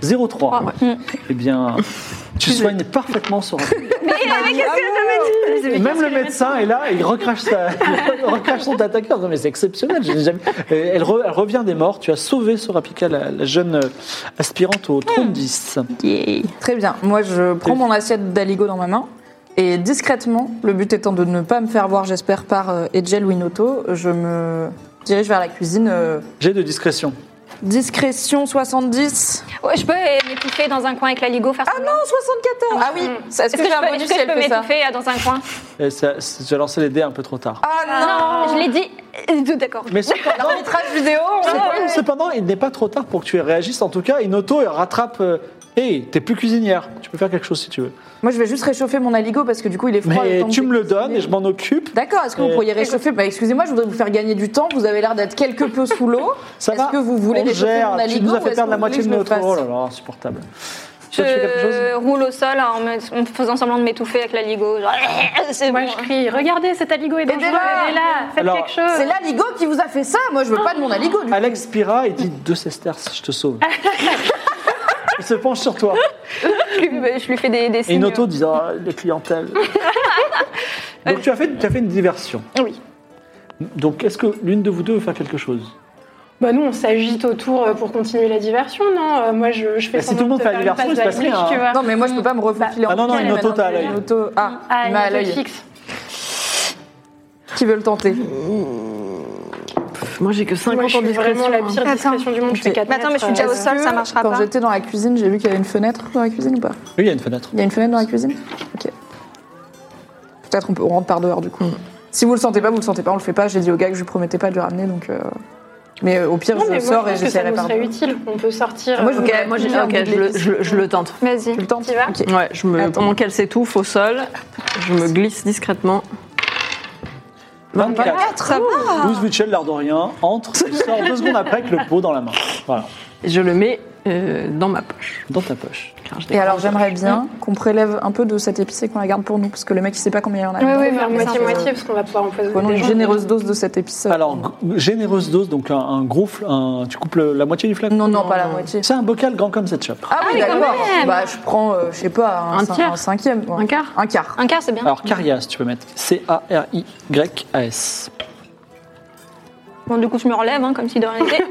0,3. Eh bien,
Mm.
tu soignes parfaitement sur Apika.
Ah,
Ah,
Même le médecin est là, et il recrache, sa... il recrache son attaqueur. Non, mais c'est exceptionnel. j'ai jamais- Euh, Elle, re- elle revient des morts. Tu as sauvé Sorapika, la, la jeune euh, aspirante au
Hmm.
30-10.
Très bien. Moi, je prends mon assiette d'aligo dans ma main. Et discrètement, le but étant de ne pas me faire voir, j'espère, par euh, Edgel ou Inoto, je me dirige vers la cuisine. euh,
J'ai de discrétion.
discrétion 70.
Ouais, je peux euh, m'étouffer dans un coin avec l'aligo, faire
Ah non, 74 Ah oui Est-ce
Est-ce que, je peux, est-ce que
si
je
elle
peux
fait ça
m'étouffer euh, dans un coin
Et ça- c'est- Tu as lancé les dés un peu trop tard.
Ah non,
Je l'ai dit. Euh, D'accord.
Mais cependant,
L'arbitrage vidéo on-
cependant- cependant, il n'est pas trop tard pour que tu réagisses. En tout cas, Inoto il rattrape. euh, Hey, t'es plus cuisinière. Tu peux faire quelque chose si tu veux.
Moi, je vais juste réchauffer mon aligo parce que du coup, il est froid. le
Mais
temps
tu
de-
me le donnes et je m'en occupe.
D'accord, est-ce que vous
Euh,
pourriez réchauffer bah, Excusez-moi, je voudrais vous faire gagner du temps. Vous avez l'air d'être quelque peu sous l'eau.
Ça
Est-ce
va
que vous voulez
On
réchauffer
gère.
mon
Tu
aligo
nous as
ou
fait
est-ce
perdre
que
la
vous
moitié de
voulez que
notre.
je le
Oh
fasse
là là, insupportable. Toi, tu fais quelque chose
Je roule au sol en, me- en faisant semblant de m'étouffer avec l'aligo. Genre, C'est
Moi,
bon.
je crie, regardez, cet aligot est dangereux,
Aidez-la
aidez-la, faites
Alors,
quelque chose.
C'est l'aligo qui vous a fait ça Moi, je veux pas de mon aligo. Du... coup.
Alex Pira, il dit deux sesterces, je te sauve. il se penche sur toi.
Je lui, je lui fais des, des
Et
signes.
une auto dit Ah, les clientèles. Donc tu as, fait, tu as fait une diversion.
Oui.
Donc est-ce que l'une de vous deux veut faire quelque chose
Bah nous, on s'agite autour euh, pour continuer la diversion, non Euh, Moi, je, je fais
Bah, si tout le monde
de
fait la
faire une
diversion,
passe
il se passe
d'Alice,
rien,
tu
hein.
vois.
Non, mais moi, je peux pas me refiler
Ah non, non,
en
une auto,
auto,
t'as à l'œil.
Ah,
Ah,
il
il
m'a à
me
l'œil.
fixe.
Qui veut le tenter
Moi, j'ai que 50
Moi, je
ans de
suis vraiment
discrétion.
la
hein.
pire discrétion du monde, je fais euh,
Ok.
4
Mais attends, mais je suis déjà au
Est-ce
sol,
que
ça marchera
Quand
pas.
j'étais dans la cuisine, j'ai vu qu'il y avait une fenêtre dans la cuisine ou pas
Oui, il y a une fenêtre.
Il y a une fenêtre dans la cuisine Ok. Peut-être on, peut, on rentre par dehors du
Mm.
coup. Si vous le sentez pas, vous le sentez pas, on le fait pas. J'ai dit au gars que je lui promettais pas de le ramener donc. euh, Mais euh, au pire,
Non,
je
mais moi,
sors
je
et
pense que ça
j'essaierai
nous
par
serait
dehors.
utile. On peut sortir.
Moi, je
euh,
Ok, moi, j'ai- ok, je, le, je le- je le tente.
Vas-y.
Tu le tentes
Tu vas
Ok.
Ouais, je me,
Attends.
pendant qu'elle s'étouffe au sol, je me glisse discrètement.
24.
Ça va
12 Mitchell, l'air de rien, entre, et sort deux secondes après avec le pot dans la main. Voilà,
Et Je le mets euh, dans ma poche.
dans ta poche.
Car je
Et alors j'aimerais bien
Mm.
qu'on prélève un peu de cette épice et qu'on la garde pour nous parce que le mec il sait pas combien il y en a.
Oui, oui,
Donc,
faire
euh,
moitié-moitié, parce qu'on va pouvoir
Prenons
empoisonner.
une généreuse dose de cette épice. euh,
Alors, g- généreuse dose, donc un, un gros... fl- un- tu coupes le- la moitié du flacon
non, non, pas
euh,
la moitié.
C'est un bocal grand comme cette chope.
Ah oui,
mais quand
d'accord.
même.
Bah je prends, euh, je sais pas, un,
Un
cin-
tiers.
un cinquième, ouais.
Un quart
un quart.
Un quart, c'est bien.
Alors, Carias, tu peux mettre. C-A-R-I-Y-A-S.
Bon, du coup, je me relève, hein, comme si de rien n'était.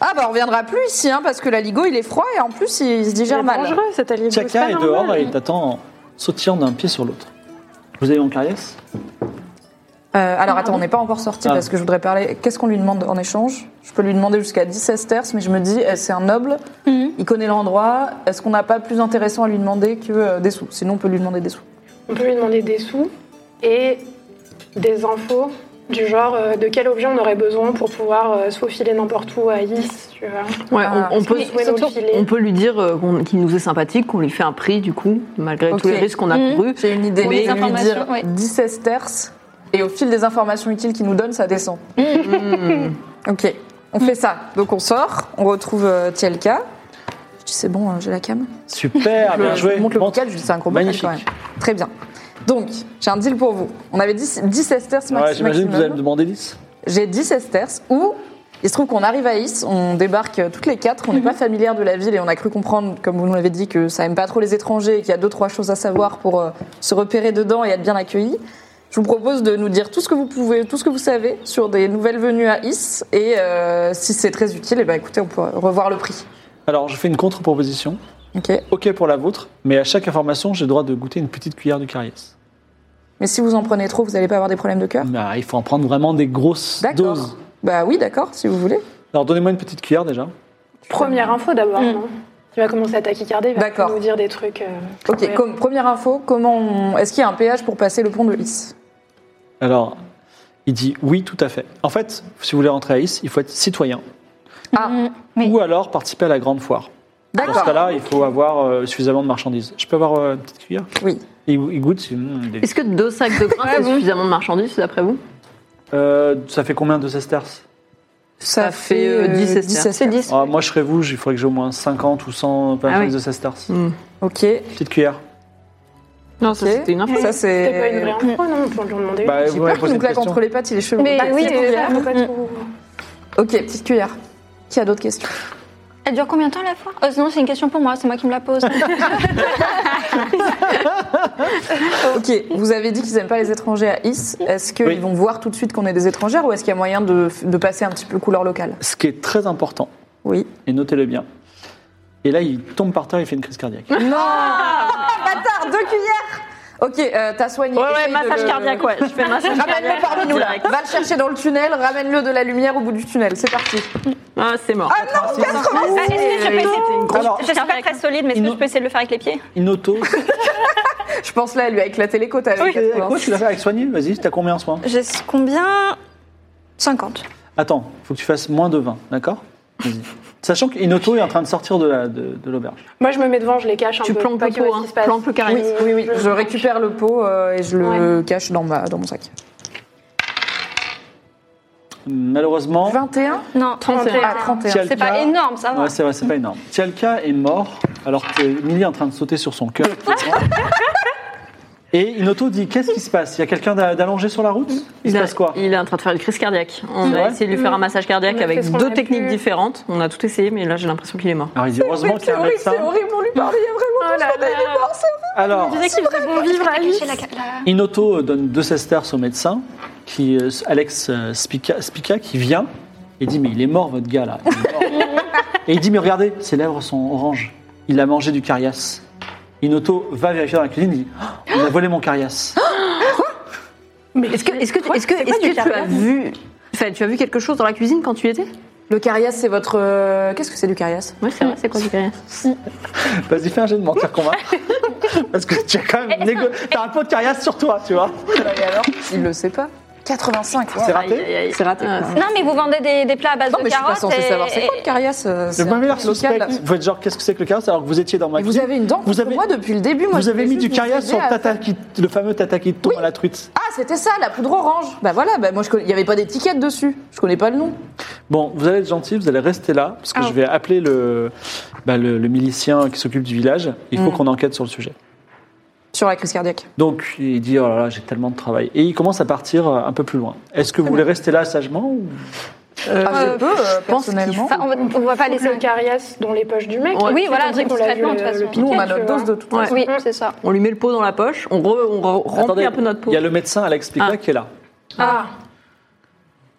Ah bah on reviendra plus ici hein, parce que l'aligo il est froid et en plus il se digère
C'est
mal.
dangereux cet aligot. c'est
Chaka
pas
est
normal.
dehors et il t'attend en sautillant d'un pied sur l'autre. Vous avez mon Carias
Euh, alors attends, on n'est pas encore sorti
Ah.
parce que je voudrais parler. Qu'est-ce qu'on lui demande en échange Je peux lui demander jusqu'à 10 sesterces, mais je me dis, eh, c'est un noble, il connaît l'endroit. Est-ce qu'on n'a pas plus intéressant à lui demander que euh, des sous Sinon, on peut lui demander des sous.
On peut lui demander des sous et des infos du genre euh, de quel objet on aurait besoin pour pouvoir euh, se faufiler n'importe où à Is, tu vois.
Ouais,
Ah,
on, on peut,
Mais où est notre filet
on peut lui dire euh, qu'on- qu'il nous est sympathique, qu'on lui fait un prix, du coup, malgré
Ok.
tous les risques qu'on a
Mhm.
courus.
J'ai une idée.
Pour
mais
les
je vais lui
informations,
dire
ouais.
10 sesterces et au fil des informations utiles qu'il nous donne, ça descend. Ok, on fait ça. Donc on sort, on retrouve euh, Tielka. Je dis, c'est bon, hein, j'ai la cam.
Super, bien
Je- je
joué.
monte le
Monte.
bocal, je dis c'est un gros bocal
Magnifique.
quand même. Très bien. Donc, j'ai un deal pour vous. On avait 10, 10 esters
Ouais, J'imagine que vous allez me
maximum.
demander 10.
J'ai 10 esters ou il se trouve qu'on arrive à Is, on débarque euh, toutes les quatre, on n'est pas familière de la ville et on a cru comprendre, comme vous nous l'avez dit, que ça aime pas trop les étrangers et qu'il y a deux trois choses à savoir pour euh, se repérer dedans et être bien accueilli. Je vous propose de nous dire tout ce que vous pouvez, tout ce que vous savez sur des nouvelles venues à Is. Et euh, si c'est très utile, eh ben, écoutez, on peut revoir le prix.
Alors, je fais une contre-proposition.
Ok.
Ok pour la vôtre, mais à chaque information, j'ai le droit de goûter une petite cuillère du caries.
Mais si vous en prenez trop, vous n'allez pas avoir des problèmes de cœur
Bah, il faut en prendre vraiment des grosses doses.
Bah oui, d'accord, si vous voulez.
Alors, donnez-moi une petite cuillère déjà.
Première info d'abord, non Tu vas commencer à taquicarder, il va
D'accord.
nous dire des trucs. euh,
Ok,
ouais.
comme première info, comment on- est-ce qu'il y a un péage pour passer le pont de Is
Alors, il dit oui, tout à fait. En fait, si vous voulez rentrer à Is, il faut être citoyen.
Ah,
Ou alors participer à la grande foire. Dans ce
d'accord.
cas-là, il faut avoir euh, suffisamment de marchandises. Je peux avoir euh, une petite cuillère
Oui.
Il, il goûte, c'est mm, délicieux.
Est-ce que deux sacs de grains, c'est suffisamment de marchandises, d'après vous
Euh, ça fait combien de sesterces
Ça, fait
euh, 10
euh,
sesterces.
sesterces.
Ah, Moi, je serais vous, il faudrait que j'ai au moins 50 ou 100
Ah
marchandises
oui.
de sesterces.
Ok.
Petite cuillère.
Non, ça
Ok.
c'était une info.
Ça, c'est-
C'était pas une vraie info, non On peut lui demander.
Bah,
J'ai
vous m'avez
peur qu'il
posé
nous
une
claque
question.
entre les pattes, il est cheveux.
Euh, Mais oui,
c'est
euh,
ouvert, faut pas trop-
Ok, petite cuillère. Qui a d'autres questions
Elle dure combien de temps la foire oh, Sinon, c'est une question pour moi, c'est moi qui me la pose.
Ok, vous avez dit qu'ils n'aiment pas les étrangers à Is. Est-ce qu'ils
Oui.
vont voir tout de suite qu'on est des étrangères ou est-ce qu'il y a moyen de, de passer un petit peu couleur locale
Ce qui est très important,
Oui.
et notez-le bien. Et là, il tombe par terre, il fait une crise cardiaque.
Non Bâtard, deux cuillères Ok, euh, t'as soigné.
Ouais, ouais,
essaye de
massage
le-
cardiaque, ouais. Je fais massage
Ramène-le
cardiaque.
parmi nous là.
direct.
Va le chercher dans le tunnel, ramène-le de la lumière au bout du tunnel. C'est parti.
Ah, c'est mort.
Ah non,
Ah, Est-ce
86
que je peux essayer
Alors,
Je suis pas très solide, mais est-ce que je peux essayer de le faire avec les pieds
une auto.
Je pense là, elle lui a éclaté les côtes avec
Avec quoi
86.
tu l'as fait avec soigné Vas-y, t'as combien en ce moment
J'ai combien 50.
Attends, faut que tu fasses moins de 20, d'accord Vas-y. Sachant qu'Inoto est en train de sortir de la- de de l'auberge.
Moi, je me mets devant, je les cache un
Tu
peu.
planques
pas
le
qu'il y ait
pot,
ce qui
hein.
se passe.
Planque le carré.
Oui, oui, oui. Je récupère le pot euh, et je le cache dans, ma, dans mon sac.
Malheureusement,
21
Non, 31.
Ah, 31.
Tialka-
C'est pas énorme, ça va.
Ouais, c'est vrai, c'est pas énorme. Tialka est mort alors que Millie est en train de sauter sur son cœur. Et Inoto dit Qu'est-ce qui se passe Il y a quelqu'un d'a- d'allongé sur la route Il se
a-
passe quoi
il est en train de faire une crise cardiaque. On
C'est
a
vrai
essayé de lui faire un massage cardiaque
On a fait
avec
ce qu'on
deux
a
techniques
pu.
différentes. On a tout essayé, mais là j'ai l'impression qu'il est mort.
Alors il dit Heureusement qu'il y a un médecin.
on lui parle, il y a
Oh là là.
Alors,
Je disais qu'il faisait bon vivre à lui.
J'ai la- la-
Inoto euh, donne deux sesterces au médecin, qui, euh, Alex euh, Spica, Spica, qui vient et dit Mais il est mort, votre gars là. Il est mort. et il dit Mais regardez, ses lèvres sont oranges. Il a mangé du carias. Inoto va vérifier dans la cuisine il dit Oh, On a volé mon carias.
Mais
Est-ce que, est-ce que, est-ce que,
C'est
est-ce
pas
que
du
tu as
cardiaque.
vu, enfin, tu as vu quelque chose dans la cuisine quand tu y étais
Le carias, c'est votre. euh, Qu'est-ce que c'est du carias
Oui, c'est vrai. C'est quoi du cardiaque
Vas-y, fais un jeu de mentir convaincre. Parce que tu as quand même négo... T'as un pot de carias sur toi, tu vois.
Et alors Il le sait pas. 85.
C'est raté
C'est raté.
Ah,
quoi.
Non, mais vous vendez des, des plats à base
Ah. Non,
de
mais je suis pas
carottes.
censée
et-
savoir. C'est quoi le carias euh, c'est
Le
un
premier
truc
suspect,
local.
vous êtes genre Qu'est-ce que c'est que le carias alors que vous étiez dans ma
Vous avez une dent
Vous
contre
avez-
moi depuis le début. Moi,
Vous
je
avez mis
voulais
du
juste vous
carias
aider
sur
à-
tata qui- le fameux tata qui tombe à la truite.
Ah, c'était ça, la poudre orange. Bah voilà, bah moi, je connais- il n'y avait pas d'étiquette dessus. Je connais pas le nom.
Bon, vous allez être gentil, vous allez rester là, parce que
Ah.
je vais appeler le, bah, le, le milicien qui s'occupe du village. Il
Mm.
faut qu'on enquête sur le sujet.
Sur la crise cardiaque.
Donc, il dit Oh là là, j'ai tellement de travail. Et il commence à partir euh, un peu plus loin. Est-ce que vous voulez rester là sagement ou-
ah, je
euh,
peux, euh,
pense qu'il
personnellement.
Enfin, Ah, on, va, on va pas laisser
le
un
carias dans les poches du mec.
Ouais.
Tu
Oui, voilà,
t'as
un
dit
truc
qu'on l'a vu
discrètement, de
le-
toute
le
façon.
piquer,
Nous, on a
tu
notre
vois.
dose de toute façon.
Oui, c'est ça.
On lui met le pot dans la poche, on, re- on re- remplit
Attendez,
un peu notre pot.
Il y a le médecin Alex Pica
Ah.
qui est là.
Ah,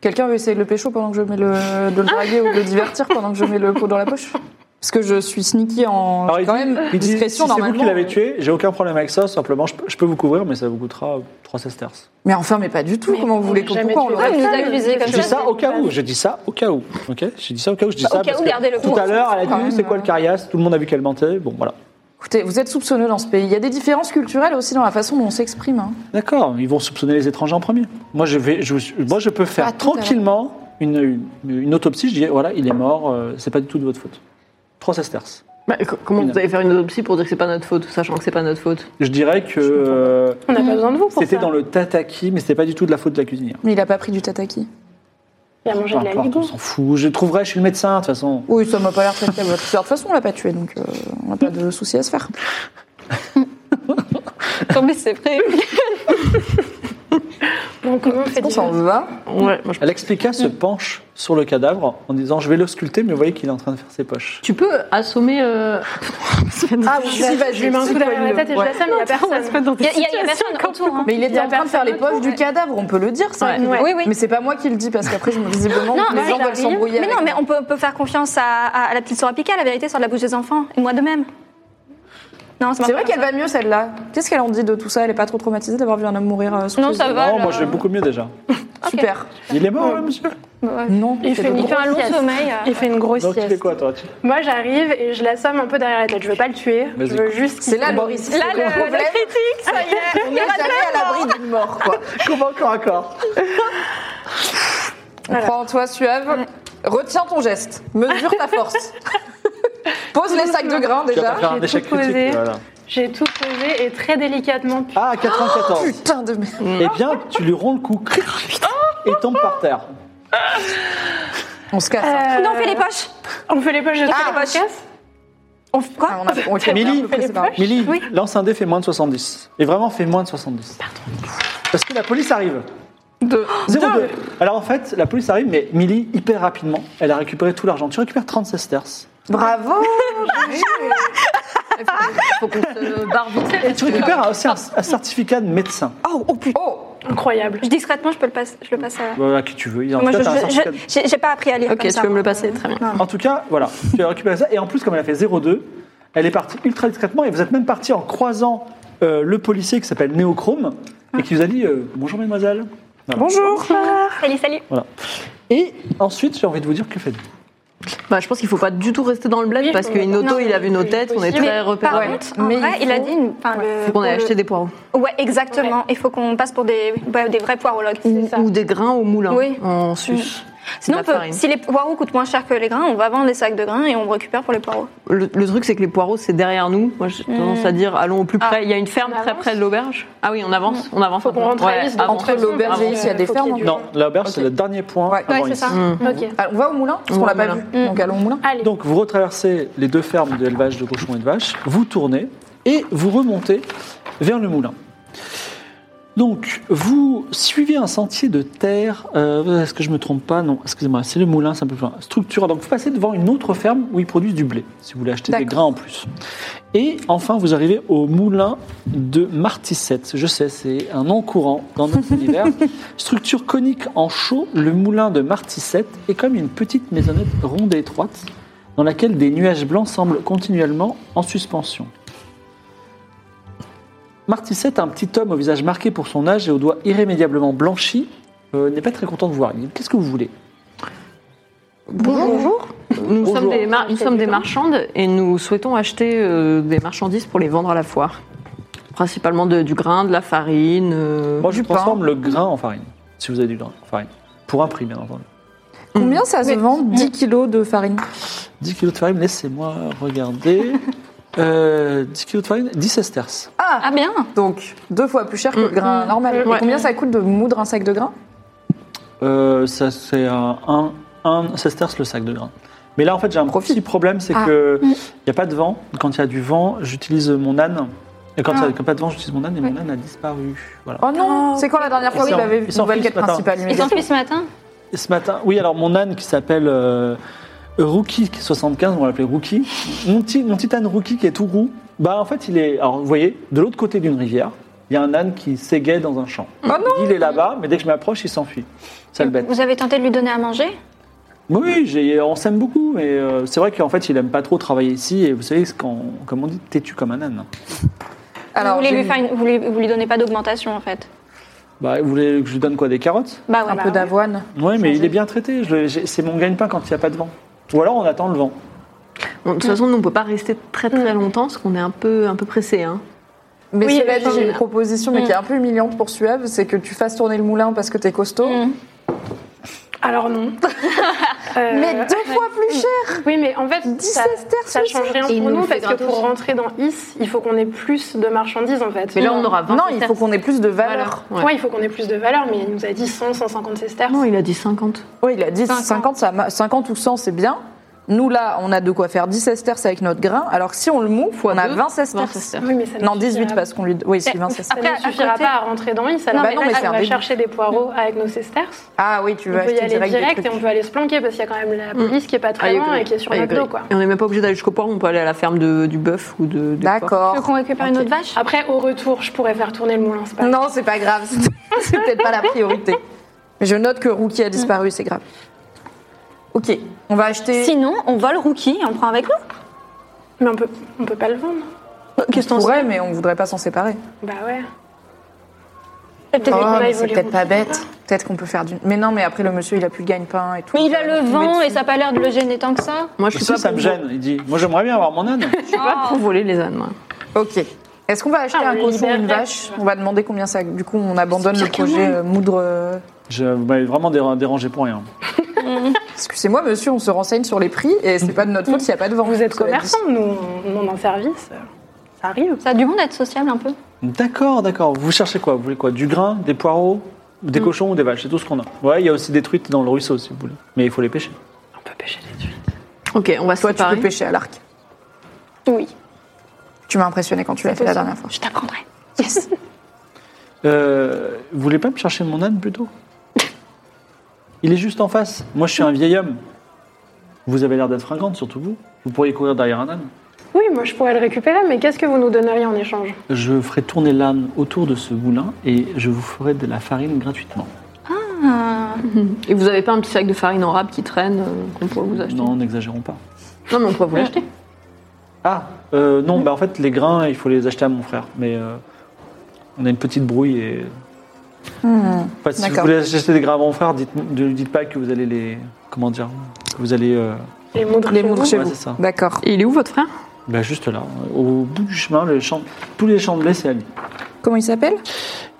Quelqu'un veut essayer de le pécho pendant que je mets le. de le draguer ou de le divertir pendant que je mets le pot dans la poche Parce que je suis sneaky en.
Alors,
j'ai
il
quand
dit-
même
il dit,
discrétion
si c'est vous
normalement.
qui l'avez tué, j'ai aucun problème avec ça, simplement je peux, je peux vous couvrir, mais ça vous coûtera 3 sesterces.
Mais enfin, mais pas du tout.
Mais
Comment vous
on
voulez
l'a
qu'on
jamais
pourquoi on
tué.
l'aurait
Ah, oui.
fait
Vous nous accuser
Je
comme
dis
ça.
ça au cas où, je dis ça au cas où, ok Je dis ça au cas où, je dis
Bah,
ça
au cas
parce
où,
que
gardez-le
tout
court.
à l'heure, elle a dit,
Quand même,
c'est quoi le
hein.
carias Tout le monde a vu qu'elle mentait, bon voilà.
Écoutez, vous êtes soupçonneux dans ce pays. Il y a des différences culturelles aussi dans la façon dont on s'exprime. hein.
D'accord, ils vont soupçonner les étrangers en premier. Moi, je, vais, je, moi, je peux faire
Pas tout à
tranquillement une, une- une autopsie. Je dis, voilà, il est mort, euh, c'est pas du tout de votre faute. Trois sesterces.
Bah, co- comment vous allez faire une autopsie pour dire que c'est pas notre faute, sachant que c'est pas notre faute
Je dirais que euh,
on n'a pas besoin de vous pour ça.
c'était dans le tataki, mais c'était pas du tout de la faute de la cuisinière.
Mais il a pas pris du tataki.
Il a mangé
Peu
de la
importe,
ligo.
on s'en fout. Je trouverai, je suis le médecin, de toute façon.
Oui, ça m'a pas l'air très fiable. De toute façon, on l'a pas tué, donc euh, on n'a pas de souci à se faire.
Non, mais c'est vrai.
Donc on fait
On s'en
diverses-
va.
L'Explica se penche sur le cadavre en disant Je vais l'ausculter, mais vous voyez qu'il est en train de faire ses poches.
Tu peux assommer. euh,
Ah oui, si, vas-y.
Je lui mets un coup derrière la tête et je l'assomme, il n'y a personne.
Il y a- il y a personne autour. hein.
Mais il était en train de faire les poches du cadavre, on peut le dire, ça.
Ouais. Oui, oui.
Mais c'est pas moi qui le dis, parce qu'après, je me- visiblement,
Non,
les gens veulent s'embrouiller.
mais
avec
non, mais
moi.
on peut, on peut faire confiance à, à- à la petite sœur Apika, la vérité sort de la bouche des enfants, et moi de même. Non, ça marche
C'est vrai
pas
qu'elle va mieux, celle-là. Qu'est-ce qu'elle en dit de tout ça Elle est pas trop traumatisée d'avoir vu un homme mourir euh, sous
Non,
ses
ça
yeux
va.
non, moi
là.
je vais beaucoup mieux déjà.
Super.
Il est mort, là, monsieur
Non,
Il fait,
de
une
gros-
grosse
un long
sieste.
sommeil, euh.
Il fait une grosse
Donc tu fais
sieste.
quoi, toi tu-
Moi, j'arrive et je l'assomme un peu derrière la tête. Je veux pas le tuer. Je
Vas-y.
veux juste. qu'il
C'est là
se
le
barre.
risque.
Là,
c'est
le-
qu'on
le
relève.
critique, ça y est.
On n'est jamais à l'abri d'une mort, quoi.
Comment encore, encore
On prend en toi, Suave. Retiens ton geste. Mesure ta force. Pose les sacs de grains,
Tu vas
déjà.
pas faire un
j'ai
échec
tout
critique.
posé.
voilà.
J'ai tout posé et très délicatement. puis-
Ah, 94
Putain de merde.
Eh bien, tu lui ronds le cou cric, et tombe par terre.
On se casse. hein.
Euh,
Non, on fait les poches.
On fait les poches, je
Ah,
fais les poches.
On f- Quoi
Ah, on a- on était
Millie,
à peu près séparés.
Milly,
Oui.
lance un dé, fait moins de 70. Et vraiment, fait moins de 70. Pardon. Parce que la police arrive.
Deux.
0,2. Alors en fait, la police arrive, mais Millie, hyper rapidement, elle a récupéré tout l'argent. Tu récupères 36 terces.
Bravo.
Faut qu'on se barre vite.
Et tu récupères aussi un, un certificat de médecin.
Oh, oh putain. Oh.
Incroyable.
Je, discrètement, je peux le passer. Je le passe à.
Voilà, qui tu veux. En,
Moi,
tout
je-
cas, t'as un
je-
certificat
je- j'ai j'ai pas appris à lire.
Ok,
comme
tu
ça.
peux me le passer, très bien.
de- En tout cas, voilà, tu as récupéré ça. Et en plus, comme elle a fait 0,2, elle est partie ultra discrètement. Et vous êtes même parti en croisant euh, le policier qui s'appelle Néochrome et qui vous a dit euh, Bonjour, mademoiselle. Voilà.
Bonjour.
Salut, salut.
Et ensuite, j'ai envie de vous dire que faites-vous
Bah, je pense qu'il faut pas du tout rester dans le blague
Oui,
parce
faut-
que Inoto,
non,
il a vu nos
oui,
têtes, on est
oui.
très
Mais par
repérés.
contre, en
Mais
vrai,
il
il, a
faut-
dit. Une... Enfin, le-
Faut qu'on ait
pour le-
acheté des poireaux.
Ouais, exactement. Il faut qu'on passe pour des, ouais, des vrais poirologues.
Ou, ou des grains au moulin
Oui.
en sus. C'est de
Sinon,
la
on peut-
farine.
si les poireaux coûtent moins cher que les grains, on va vendre les sacs de grains et on récupère pour les poireaux.
Le, le truc, c'est que les poireaux, c'est derrière nous. Moi, j'ai
Hmm.
tendance à dire, allons au plus
Ah.
près. Il y a une ferme
On
très
avance
près de l'auberge. Ah oui, on avance. On avance.
Faut qu'on
un peu.
rentre à
Ouais,
Nice.
avance.
Entre l'auberge et ici, il y a des fermes.
Non, l'auberge, c'est
Ok.
le dernier point.
Ouais.
avant
Ouais,
ici.
c'est ça.
Ok.
Ah, On va au moulin, parce
On
qu'on
va
l'a
au
pas vu.
moulin.
Donc allons au moulin.
Allez.
Donc vous retraversez les deux fermes d'élevage de cochons et de vaches, vous tournez et vous remontez vers le moulin. Donc vous suivez un sentier de terre, euh, est-ce que je me trompe pas Non, excusez-moi, c'est le moulin, c'est un peu plus loin. Structure, donc vous passez devant une autre ferme où ils produisent du blé, si vous voulez acheter des
D'accord.
grains en plus. Et enfin vous arrivez au moulin de Martissette, je sais, c'est un nom courant dans notre univers. Structure conique en chaux, le moulin de Martissette est comme une petite maisonnette ronde et étroite dans laquelle des nuages blancs semblent continuellement en suspension. Martissette, un petit homme au visage marqué pour son âge et aux doigts irrémédiablement blanchis, euh, n'est pas très content de vous voir. Il dit, Qu'est-ce que vous voulez
Bonjour. Nous,
Bonjour.
Sommes des mar- nous sommes des marchandes et nous souhaitons acheter euh, des marchandises pour les vendre à la foire. Principalement de- du grain, de la farine. euh,
Moi, je
du pain.
transforme le grain en farine, si vous avez du grain en farine. Pour un prix, bien entendu.
Combien ça se vend 10 kilos de farine
10 kilos de farine, laissez-moi regarder. Euh, 10 kilos de farine, 10 terces.
Ah bien
Donc, deux fois plus cher que le grain normal. Et
Ouais.
combien ça coûte de moudre un sac de grain
Euh, ça, c'est un, un, un sesterce le sac de grain. Mais là, en fait, j'ai un
Profit.
petit problème, c'est
Ah.
que
Mm.
il n'y a pas de vent. Quand il y a du vent, j'utilise mon âne. Et quand il
Ah.
n'y a pas de vent, j'utilise mon âne et mon âne a disparu. Voilà.
Oh non C'est quand la dernière fois
Ils
où il
s'en-
avait
ils
une
s'en
nouvelle
fichent
quête
ce matin.
principale
Ils sont
immédiate
suivis ce matin
Et ce matin, oui, alors mon âne qui s'appelle euh, Rookie 75, on va l'appeler Rookie. Mon petit, mon petit âne Rookie qui est tout roux, bah en fait, il est. Alors vous voyez, de l'autre côté d'une rivière, il y a un âne qui s'égaye dans un champ.
Ah
il est là-bas, mais dès que je m'approche, il s'enfuit. Sale bête.
Vous avez tenté de lui donner à manger
Mais Oui, j'ai- on s'aime beaucoup, mais euh, c'est vrai qu'en fait, il aime pas trop travailler ici. Et vous savez, c'est quand, comme on dit, têtu comme un âne.
vous, voulez
j'ai
lui faire une- vous, lui, vous lui donnez pas d'augmentation en fait
Bah, vous voulez que je lui donne quoi Des carottes
Bah ouais.
un peu d'avoine.
Oui, mais il est bien traité. je le- j'ai- C'est mon gagne-pain quand il n'y a pas de vent. Ou alors on attend le vent.
Bon,
Mm.
de toute façon, nous, on peut pas rester très très longtemps parce qu'on est un peu, un peu pressé. Hein.
Mais
Oui,
cela
mais
dit, j'ai une proposition, mais qui est un peu humiliante pour Suave, c'est que tu fasses tourner le moulin parce que t'es costaud,
Alors non. Euh,
mais deux fois plus cher
Oui, mais en fait, ça,
sesterces,
ça
oui,
change rien
Et il
pour
nous
nous
le fait
parce que
gratos.
pour rentrer dans IS, il faut qu'on ait plus de marchandises en fait.
Mais là, on aura 20
Non, il faut qu'on ait plus de valeur.
valeur.
Ouais. il faut qu'on ait plus de valeur, mais il nous a dit 100, 150 sesterces.
Non, il a dit 50.
Oui, il a dit 50, ça ma- 50 ou 100, c'est bien. Nous, là, on a de quoi faire 10 sesterces avec notre grain, alors que si on le moue, faut- on a 20
20
sesterces.
sesterces. Oui, mais ça
non,
ne
18
suffira
parce qu'on lui. Oui, si,
Eh,
20
ça
sesterces.
ne suffira pas à rentrer dans Is. Alors
Bah
mais
non,
là,
mais c'est
on
un
va
début.
chercher des poireaux
Mm.
avec nos sesterces.
Ah oui, tu
On
vas
peut y
acheter
aller direct,
direct. des trucs.
et on peut aller se planquer parce qu'il y a quand même
Mm.
la police qui est pas très
Ah,
loin
agree.
et qui est sur
I
notre dos,
agree.
quoi.
Et on n'est même pas obligé d'aller jusqu'au port, on peut aller à la ferme de- du bœuf ou de. du
D'accord.
porc.
qu'on récupère une autre vache Après, au retour, je pourrais faire tourner le moulin, c'est pas grave.
Non, c'est pas grave. c'est- C'est peut-être pas la priorité. Mais je note que Rookie a disparu, c'est grave. Ok, on va acheter.
Sinon, on vole Rookie et on le prend avec nous.
Mais on peut, on peut pas le vendre.
Euh,
Qu'est-ce
on pourrait, mais on voudrait pas s'en séparer.
Bah ouais.
Oh,
qu'on
mais
aille
c'est
voler
peut-être pas
Rookie.
bête. Peut-être qu'on peut faire du. Mais non, mais après le monsieur, il a plus de gagne-pain et tout.
Mais il a le vent et ça n'a pas l'air de le gêner tant que ça.
Moi, je suis
Si,
pas
ça
pour
me gêne. Il dit Moi, j'aimerais bien avoir mon âne.
Je suis pas pour voler les ânes, moi.
Ok. Est-ce qu'on va acheter
Ah,
un
on
cochon ou
libère
une
la-
vache On va demander combien ça. Du coup, on abandonne le projet euh, moudre. euh,
Je vous m'avez vraiment déra- dérangé pour rien.
Excusez-moi, monsieur, on se renseigne sur les prix et c'est pas de notre faute s'il n'y a pas de vent.
Vous êtes
Cela dit.
commerçants, nous, on on en service. Ça arrive.
Ça a du bon d'être sociable un peu.
D'accord, d'accord. Vous cherchez quoi Vous voulez quoi Du grain, des poireaux, des cochons ou des vaches C'est tout ce qu'on a. Ouais, il y a aussi des truites dans le ruisseau si vous voulez. Mais il faut les pêcher.
On peut pêcher des truites.
Ok, on va se
Toi, tu
séparer.
peux pêcher à l'arc.
Oui.
Tu m'as impressionné quand tu l'as fait la dernière fois.
Je t'apprendrai.
Euh, vous voulez pas me chercher mon âne plutôt Il est juste en face. Moi, je suis un vieil homme. Vous avez l'air d'être fringante, surtout vous. Vous pourriez courir derrière un âne.
Oui, moi je pourrais le récupérer, mais qu'est-ce que vous nous donneriez en échange
Je ferai tourner l'âne autour de ce moulin et je vous ferai de la farine gratuitement.
Et vous avez pas un petit sac de farine en rab qui traîne euh, qu'on pourrait vous acheter
Non, n'exagérons pas.
non, mais on pourrait vous l'acheter.
Ah, euh, non, bah en fait, les grains, il faut les acheter à mon frère. Mais euh, on a une petite brouille et. Enfin, si vous
d'accord.
voulez acheter des grains à mon frère, dites, ne lui dites pas que vous allez les. Comment dire Que vous allez. euh,
Les moudres.
Les moudres chez
Ouais,
vous.
c'est ça.
D'accord.
Et il est où votre frère
bah, juste là, au bout du chemin, le champ- tous les champs de blé, c'est à lui.
Comment il s'appelle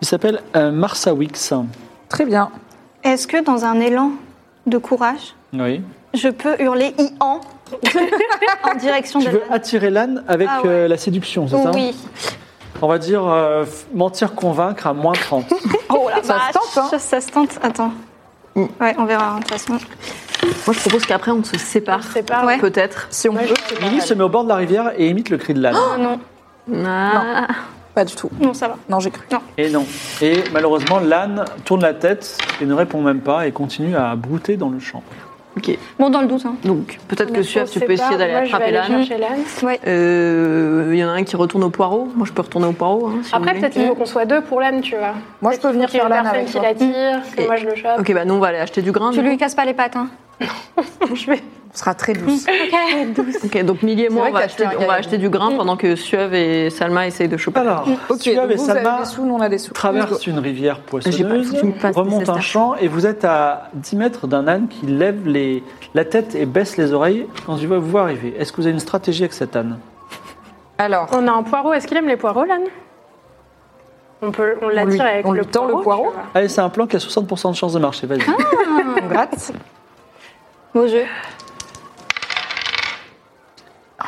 Il s'appelle euh, Marsawix.
Très bien.
Est-ce que dans un élan de courage,
Oui.
je peux hurler Ian en direction
Tu
de
veux attirer l'âne avec
Ah ouais.
euh, la séduction, c'est
la...
ça
Oui.
On va dire euh, f- mentir, convaincre à moins 30.
Oh la
Ça se tente, hein. Mm.
Ça, se tente. Attends. Ouais, on verra hein, de toute façon.
Moi, je propose qu'après, on se sépare.
sépare.
Ouais.
Peut-être.
Si on
Moi,
peut.
je sais pas.
Lily se met au bord de la rivière et imite le cri de l'âne.
Ah non,
Ah.
Pas du tout.
non, ça va.
Non, j'ai cru.
Et non. Et malheureusement, l'âne tourne la tête et ne répond même pas et continue à brouter dans le champ.
Ok.
Bon, dans le doute. Hein.
Donc, peut-être que
On
Suave,
se
tu peux
sépare.
essayer d'aller
Moi, je vais
attraper
aller
l'âne.
chercher l'âne.
Ouais.
Euh, Il y en a un qui retourne au poireau. Moi, je peux retourner au poireau. hein, si vous
Après,
voulez.
peut-être qu'il faut qu'on soit deux pour l'âne, tu vois.
Moi, je peux venir
Qu'il y ait
faire
une
l'âne
personne
avec
qui
toi.
l'attire, que
Et-
moi je le chope.
Ok, bah nous, on va aller acheter du grain.
Mm. Tu
du
lui casses pas les pattes. Hein.
Je vais-
On sera très douce.
coup. Ok, donc Millie et moi,
vrai
on va,
que t'as acheté
acheter,
un
on va
gaillard.
acheter du grain pendant que Suave et Salma essayent de choper.
Alors,
Ok,
Suave et
donc vous avez
Salma
des sous, nous on a des sous.
traversent une rivière
J'ai pas-
poissonneuse,
tu me passes des
remontent un
sesterces.
champ et vous êtes à 10 mètres d'un âne qui lève les- la tête et baisse les oreilles quand il va vous voir arriver. Est-ce que vous avez une stratégie avec cet âne
Alors,
On a un poireau. Est-ce qu'il aime les poireaux, l'âne On peut, on
lui-
l'attire avec
on
le
lui tend le
poireau.
poireau
tu vois.
Allez, c'est un plan qui a 60% de chance de marcher, vas-y.
Ah.
on gratte.
Beau jeu.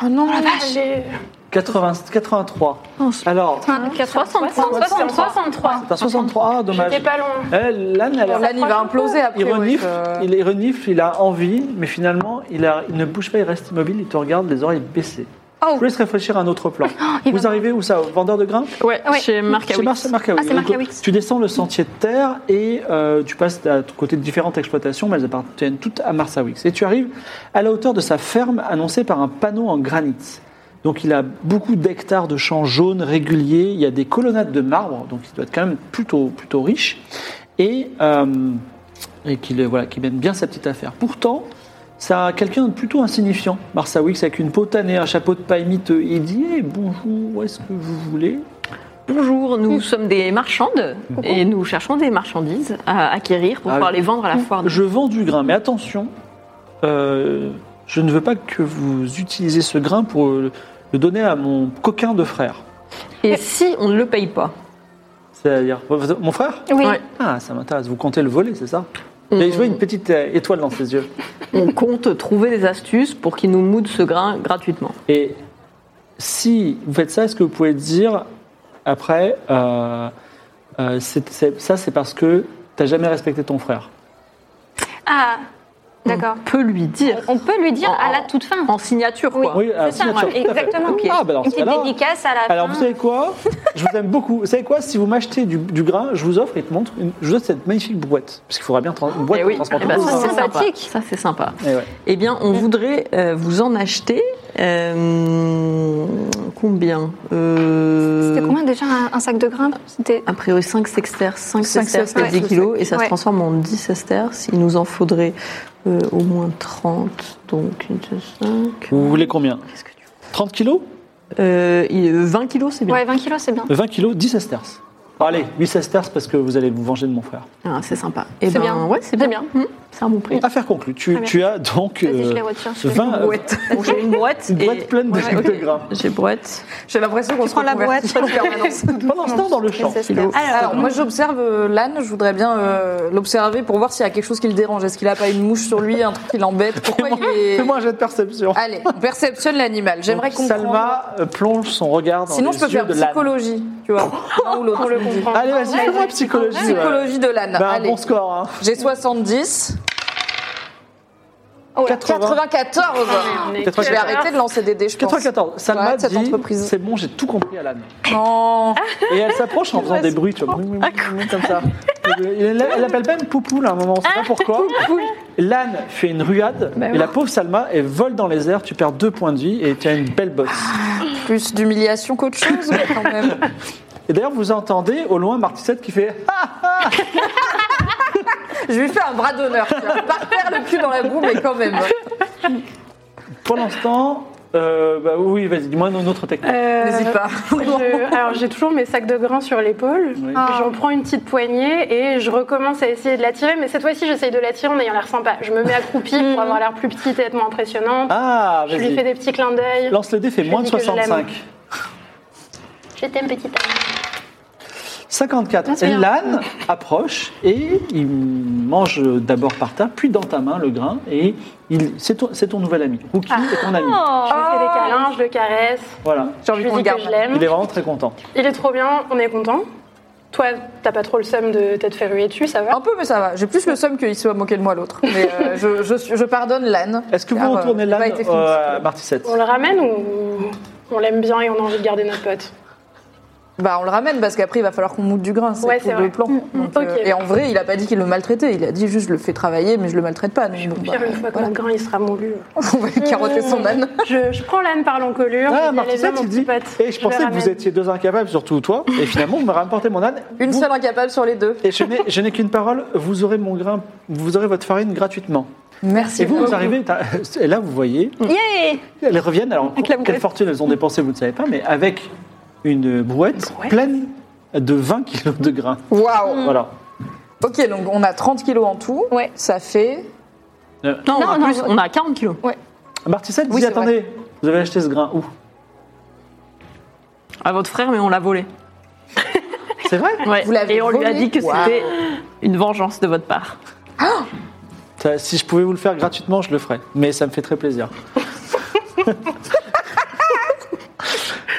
Oh non, la
Ah, j'ai-
80 83. Alors,
Ah,
Enfin, 63.
63.
t'as 63, ah, dommage.
J'étais pas loin.
Eh, L'âne, elle a-
L'âne, il va imploser après.
Il
ouais,
renifle,
ça-
il, il renifle, il a envie, mais finalement, il, a- il ne bouge pas, il reste immobile, il te regarde les oreilles baissées. Je vous laisse réfléchir à un autre plan.
il
vous
va-
arrivez où ça au Vendeur de grain
Ouais,
Ouais.
chez Marc
C'est
Aoui.
Marc Marcaoui.
Ah, c'est
Donc,
Marcaoui.
Tu descends le sentier de terre et euh, tu passes à côté de différentes exploitations, mais elles appartiennent toutes à Marsawix. Et tu arrives à la hauteur de sa ferme annoncée par un panneau en granit. Donc il a beaucoup d'hectares de champs jaunes réguliers, il y a des colonnades de marbre, donc il doit être quand même plutôt, plutôt riche, et, euh, et qu'il voilà, qu'il mène bien sa petite affaire. Pourtant, ça a quelqu'un de plutôt insignifiant, Marsawix, avec une peau tannée, un chapeau de paille miteux. Il dit Eh, Bonjour, est-ce que vous voulez
Bonjour, nous sommes des marchandes et nous cherchons des marchandises à acquérir pour
Ah
pouvoir
oui.
les vendre à la foire.
Je vends du grain, mais attention, euh, je ne veux pas que vous utilisiez ce grain pour le le donner à mon coquin de frère.
Et si on ne le paye pas
C'est-à-dire, mon frère
Oui.
Ouais.
Ah, ça m'intéresse, vous comptez le voler, c'est ça
Mm.
Et Je vois une petite euh, étoile dans ses yeux.
On compte trouver des astuces pour qu'ils nous moudent ce grain gratuitement.
Et si vous faites ça, est-ce que vous pouvez dire après, euh, euh, c'est- c'est- ça c'est parce que tu n'as jamais respecté ton frère
Mm.
Ah, D'accord.
On peut lui dire.
On peut lui dire à la toute fin.
En signature, quoi.
Oui,
à la
c'est ça,
signature, ah, tout à fait.
exactement.
Ok. Ah, bah alors,
Une petite
alors-
dédicace à la
Alors,
fin.
vous savez quoi Je vous aime beaucoup. Vous savez quoi Si vous m'achetez du, du grain, je vous offre et te montre une- je vous offre cette magnifique boîte. Parce qu'il faudra bien tra- une boîte
Eh
pour
oui,
transporter.
eh ben,
tout
ça,
ça.
c'est sympa. Ça, c'est sympa.
Eh ouais.
Eh bien,
Mm.
on voudrait euh, vous en acheter. euh, combien Euh, Ah,
C'était combien déjà un, un sac de grains C'était
A priori 5 sexters, 5
Cinq
sexters,
sexters,
c'est 10
ouais.
kilos, et ça se
Ouais.
transforme en 10 sexters. Il nous en faudrait euh, au moins 30, donc 5.
Vous voulez combien 30 kilos
Euh, il- 20 kilos, c'est bien.
Ouais, 20 kilos, c'est bien.
Euh,
20 kilos, 10 sesterces. Allez, 8 sesterces parce que vous allez vous venger de mon frère.
Ah, c'est sympa. Eh
C'est
ben,
bien.
Ouais, c'est bien. Mmh,
Hmm,
c'est un bon prix.
Affaire conclue. Tu,
Très bien.
tu as donc
Vas-y, je
euh,
les retiens, je les
20
mets en boîte.
Bon, J'ai une boîte.
Ah, une boîte
et-
pleine de,
Ouais, ok.
de grains.
J'ai boîte.
J'ai l'impression qu'on se
prends la
reconvertit
boîte.
en permanence.
euh, Pendant ce temps, dans le champ.
Kilo.
Alors, moi j'observe euh, l'âne, je voudrais bien euh, l'observer pour voir s'il y a quelque chose qui le dérange. Est-ce qu'il a pas une mouche sur lui, un truc qui l'embête Pourquoi il est.
Fais-moi un jet de perception.
Allez, on perceptionne l'animal. Ah, J'aimerais
Donc,
comprendre.
Salma euh, plonge son regard dans
Sinon,
les
je peux
yeux
faire
de l'âne.
psychologie, tu vois. L'un ou l'autre.
On le comprend.
Allez, vas-y, fais-moi psychologie. ouais.
Psychologie de l'âne.
Bah, un
Allez,
bon score. hein.
j'ai 70.
Oh là,
80.
94 Je vais arrêter de lancer des dés, je pense.
94. Salma
J'arrête cette
dit
entreprise.
C'est bon, j'ai tout compris à l'âne.
Non.
Et elle s'approche en faisant des bruits, tu vois, bruit, bruit, bruit, bruit, comme ça. Et Elle elle appelle même Poupoule à un moment, on
Ah,
sait pas pourquoi. L'âne fait une ruade,
Bah
et la pauvre Salma, elle vole dans les airs, tu perds deux points de vie et tu as une belle
Ah.
bosse.
Plus d'humiliation qu'autre chose, mais quand même.
Et d'ailleurs, vous entendez au loin Martissette qui fait Ah
Je lui fais un bras d'honneur. tu vois. Pas faire le cul dans la boue, mais quand même.
Euh.
Pour l'instant, euh, bah oui, vas-y, dis-moi une autre technique.
Euh,
N'hésite pas.
je- alors j'ai toujours mes sacs de grains sur l'épaule.
Oui.
J'en prends une petite poignée et je recommence à essayer de la tirer. Mais cette fois-ci, j'essaye de la tirer en ayant l'air sympa. Je me mets accroupie pour avoir l'air plus petite et être moins impressionnante.
Ah,
je lui fais
vas-y.
des petits clins d'œil.
Lance le dé, fait
Je
moins de
dis que je l'aime.
65.
Je t'aime, petite amie.
54.
c'est
Et
bien.
l'âne approche et il mange d'abord par terre, puis dans ta main le grain, et il, c'est ton, c'est ton nouvel ami. Rookie
Ah.
est ton ami.
Je lui
Oh.
fais des câlins, je le caresse.
Voilà.
J'ai
Je
envie
lui
qu'on le
dis que
garde.
je l'aime.
Il est vraiment très content.
Il est trop bien, on est content. Toi, t'as pas trop le seum de t'être fait ruer dessus, ça va
Un peu, mais ça va. J'ai plus le somme qu'il soit moqué de moi l'autre. Mais euh, je, je suis- je pardonne l'âne.
Est-ce que vous
car, euh,
retournez
il a
l'âne
pas été fini.
euh, à Martissette
On le ramène ou on l'aime bien et on a envie de garder notre pote
Bah, on le ramène parce qu'après, il va falloir qu'on moute du grain. C'est
Ouais,
tout
c'est
le
vrai. Mm,
plan. Donc,
Ok.
euh, et en vrai, il a pas dit qu'il le maltraitait. Il a dit juste, je le fais travailler, mais je le maltraite pas. Donc, bon,
Au pire,
bah,
une fois Mm. que
voilà.
notre grain il sera moulu.
on va carotter son âne.
Je, je prends l'âne par l'encolure.
Ah,
je dis, allez, viens,
Martissette,
mon
il
petit
dit
pote,
Et je
le
pensais que vous
ramène.
étiez deux incapables, surtout toi, et finalement, vous me rapportez mon âne.
Une
Vous-
seule incapable sur les deux.
Et je n'ai, je n'ai qu'une parole, vous aurez mon grain, vous aurez votre farine gratuitement.
Merci.
Et vous,
beaucoup.
vous arrivez, t'as- et là, vous voyez,
Yeah
elles reviennent, alors
la
quelle
brouette.
fortune elles ont dépensé, vous ne savez pas, mais avec une brouette, pleine de 20 kilos de grains.
Waouh.
Voilà.
Ok, donc on a 30 kilos en tout.
Ouais.
Ça fait.
Non, on, a
non,
plus,
non.
on a 40 kilos.
Martissette
Oui,
dit,
c'est vrai.
attendez, Euh, vous avez acheté ce grain où
À votre frère, mais on l'a volé.
C'est vrai
Ouais.
Vous l'avez
Et on lui a
volé
dit que
Waouh.
c'était une vengeance de votre part.
Ça, Si je pouvais vous le faire gratuitement, je le ferais. Mais ça me fait très plaisir.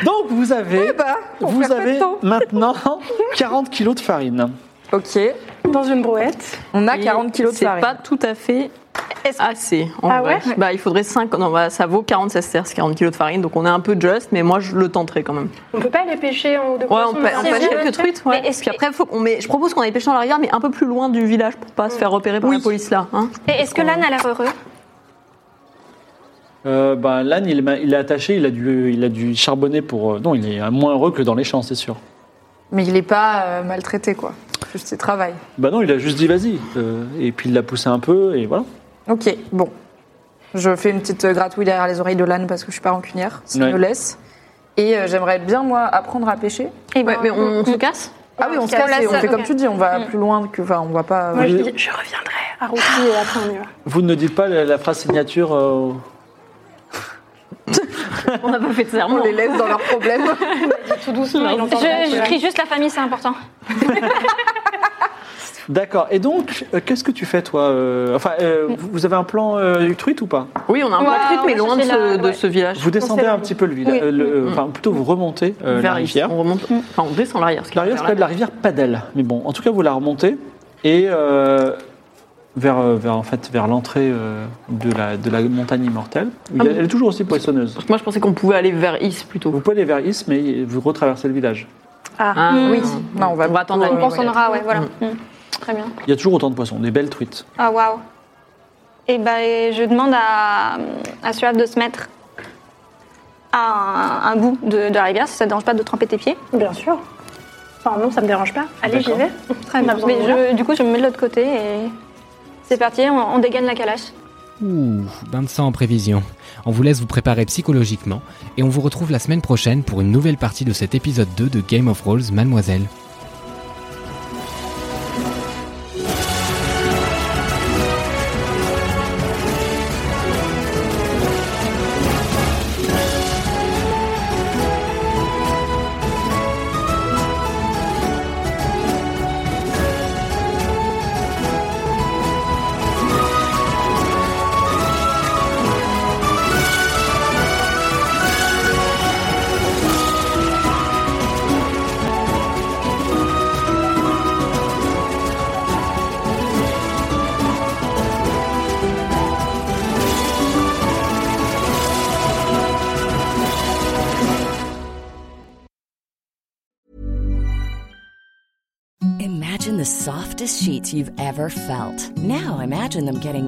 Donc vous avez,
ben,
vous avez maintenant 40 kilos de farine.
Ok.
Dans une brouette.
On a
Et
40 kilos de farine.
C'est pas tout à fait assez. en
Ah
vrai.
ouais
bah, Il faudrait 5. Non, bah, ça vaut 40 sesterces, 40 kilos de farine, donc on est un peu just, mais moi je le tenterai quand même.
On peut pas aller pêcher en hein. haut de
Ouais,
poisson,
on, pê- on
c'est
pêche
bien.
quelques truites. Ouais.
Mais est-ce
Puis après, faut qu'on met- je propose qu'on aille pêcher dans la rivière, mais un peu plus loin du village pour pas se faire repérer par la police là. hein.
Et est-ce que l'âne a l'air heureux
Euh, ben, L'âne, il, est ma- il est attaché, il a dû, il a dû charbonner pour... euh, non, il est moins heureux que dans les champs, c'est sûr.
Mais il est pas euh, maltraité, quoi. Juste, il travaille.
Bah non, il a juste dit vas-y. euh, et puis il l'a poussé un peu, et voilà.
Ok, bon. Je fais une petite euh, gratouille derrière les oreilles de l'âne parce que je suis pas rancunière. Ça
Ouais.
me laisse. Et euh, j'aimerais bien, moi, apprendre à pêcher.
Eh ben,
Ouais, mais on, on se casse
Ah oui, on se
On
casse,
la
et on
seule,
fait comme
ok.
tu dis, on va plus loin que. Enfin, on va pas.
Moi, je dis, je reviendrai à Roussi et après on y va.
Euh, Vous ne dites pas la, la phrase signature... euh,
On n'a pas fait de serment.
On les laisse dans leurs problèmes.
Tout doucement, il
Je,
entend rien, tu
je
vois.
crie juste la famille, c'est important.
D'accord. Et donc, euh, qu'est-ce que tu fais, toi euh, Enfin, euh, vous vous avez un plan euh, truite ou pas
Oui, on a un
Ouais,
peu de truc,
on
mais
va
loin de
chercher
ce,
la-
de
ouais.
ce village.
Vous descendez un petit peu le village,
Oui.
euh, le- euh, enfin plutôt vous remontez euh, la
Mm. vers ici.
rivière.
On remonte. Enfin, on descend la rivière. parce que
La rivière
vers
s'appelle la rivière Padel, mais bon, en tout cas vous la remontez et euh, vers, euh, vers, en fait, vers l'entrée euh, de, la, de la montagne immortelle. Il y a-
Ah bon.
elle est toujours aussi poissonneuse.
Parce que moi, je pensais qu'on pouvait aller vers Is plutôt.
Vous pouvez aller vers Is, mais vous retraversez le village.
Ah,
Ah,
oui.
Non, on va, on va attendre la
On
nuit.
consommera, ouais, voilà. Mm. Très bien.
Il y a toujours autant de poissons, des belles truites.
Ah, waouh. Et ben, je demande à, à Suave de se mettre à un, un bout de, de la rivière, si ça ne dérange pas de tremper tes pieds.
Bien sûr. Enfin, non, ça me dérange pas. Allez, j'y
D'accord.
vais.
Très
On a
bien.
besoin
Mais
de
je- du coup, je me mets de l'autre côté et c'est parti, on, on dégaine la calache.
Ouh, bain de sang en prévision. On vous laisse vous préparer psychologiquement et on vous retrouve la semaine prochaine pour une nouvelle partie de cet épisode 2 de Game of Rolls Mademoiselle.
Imagine the softest sheets you've ever felt. Now imagine them getting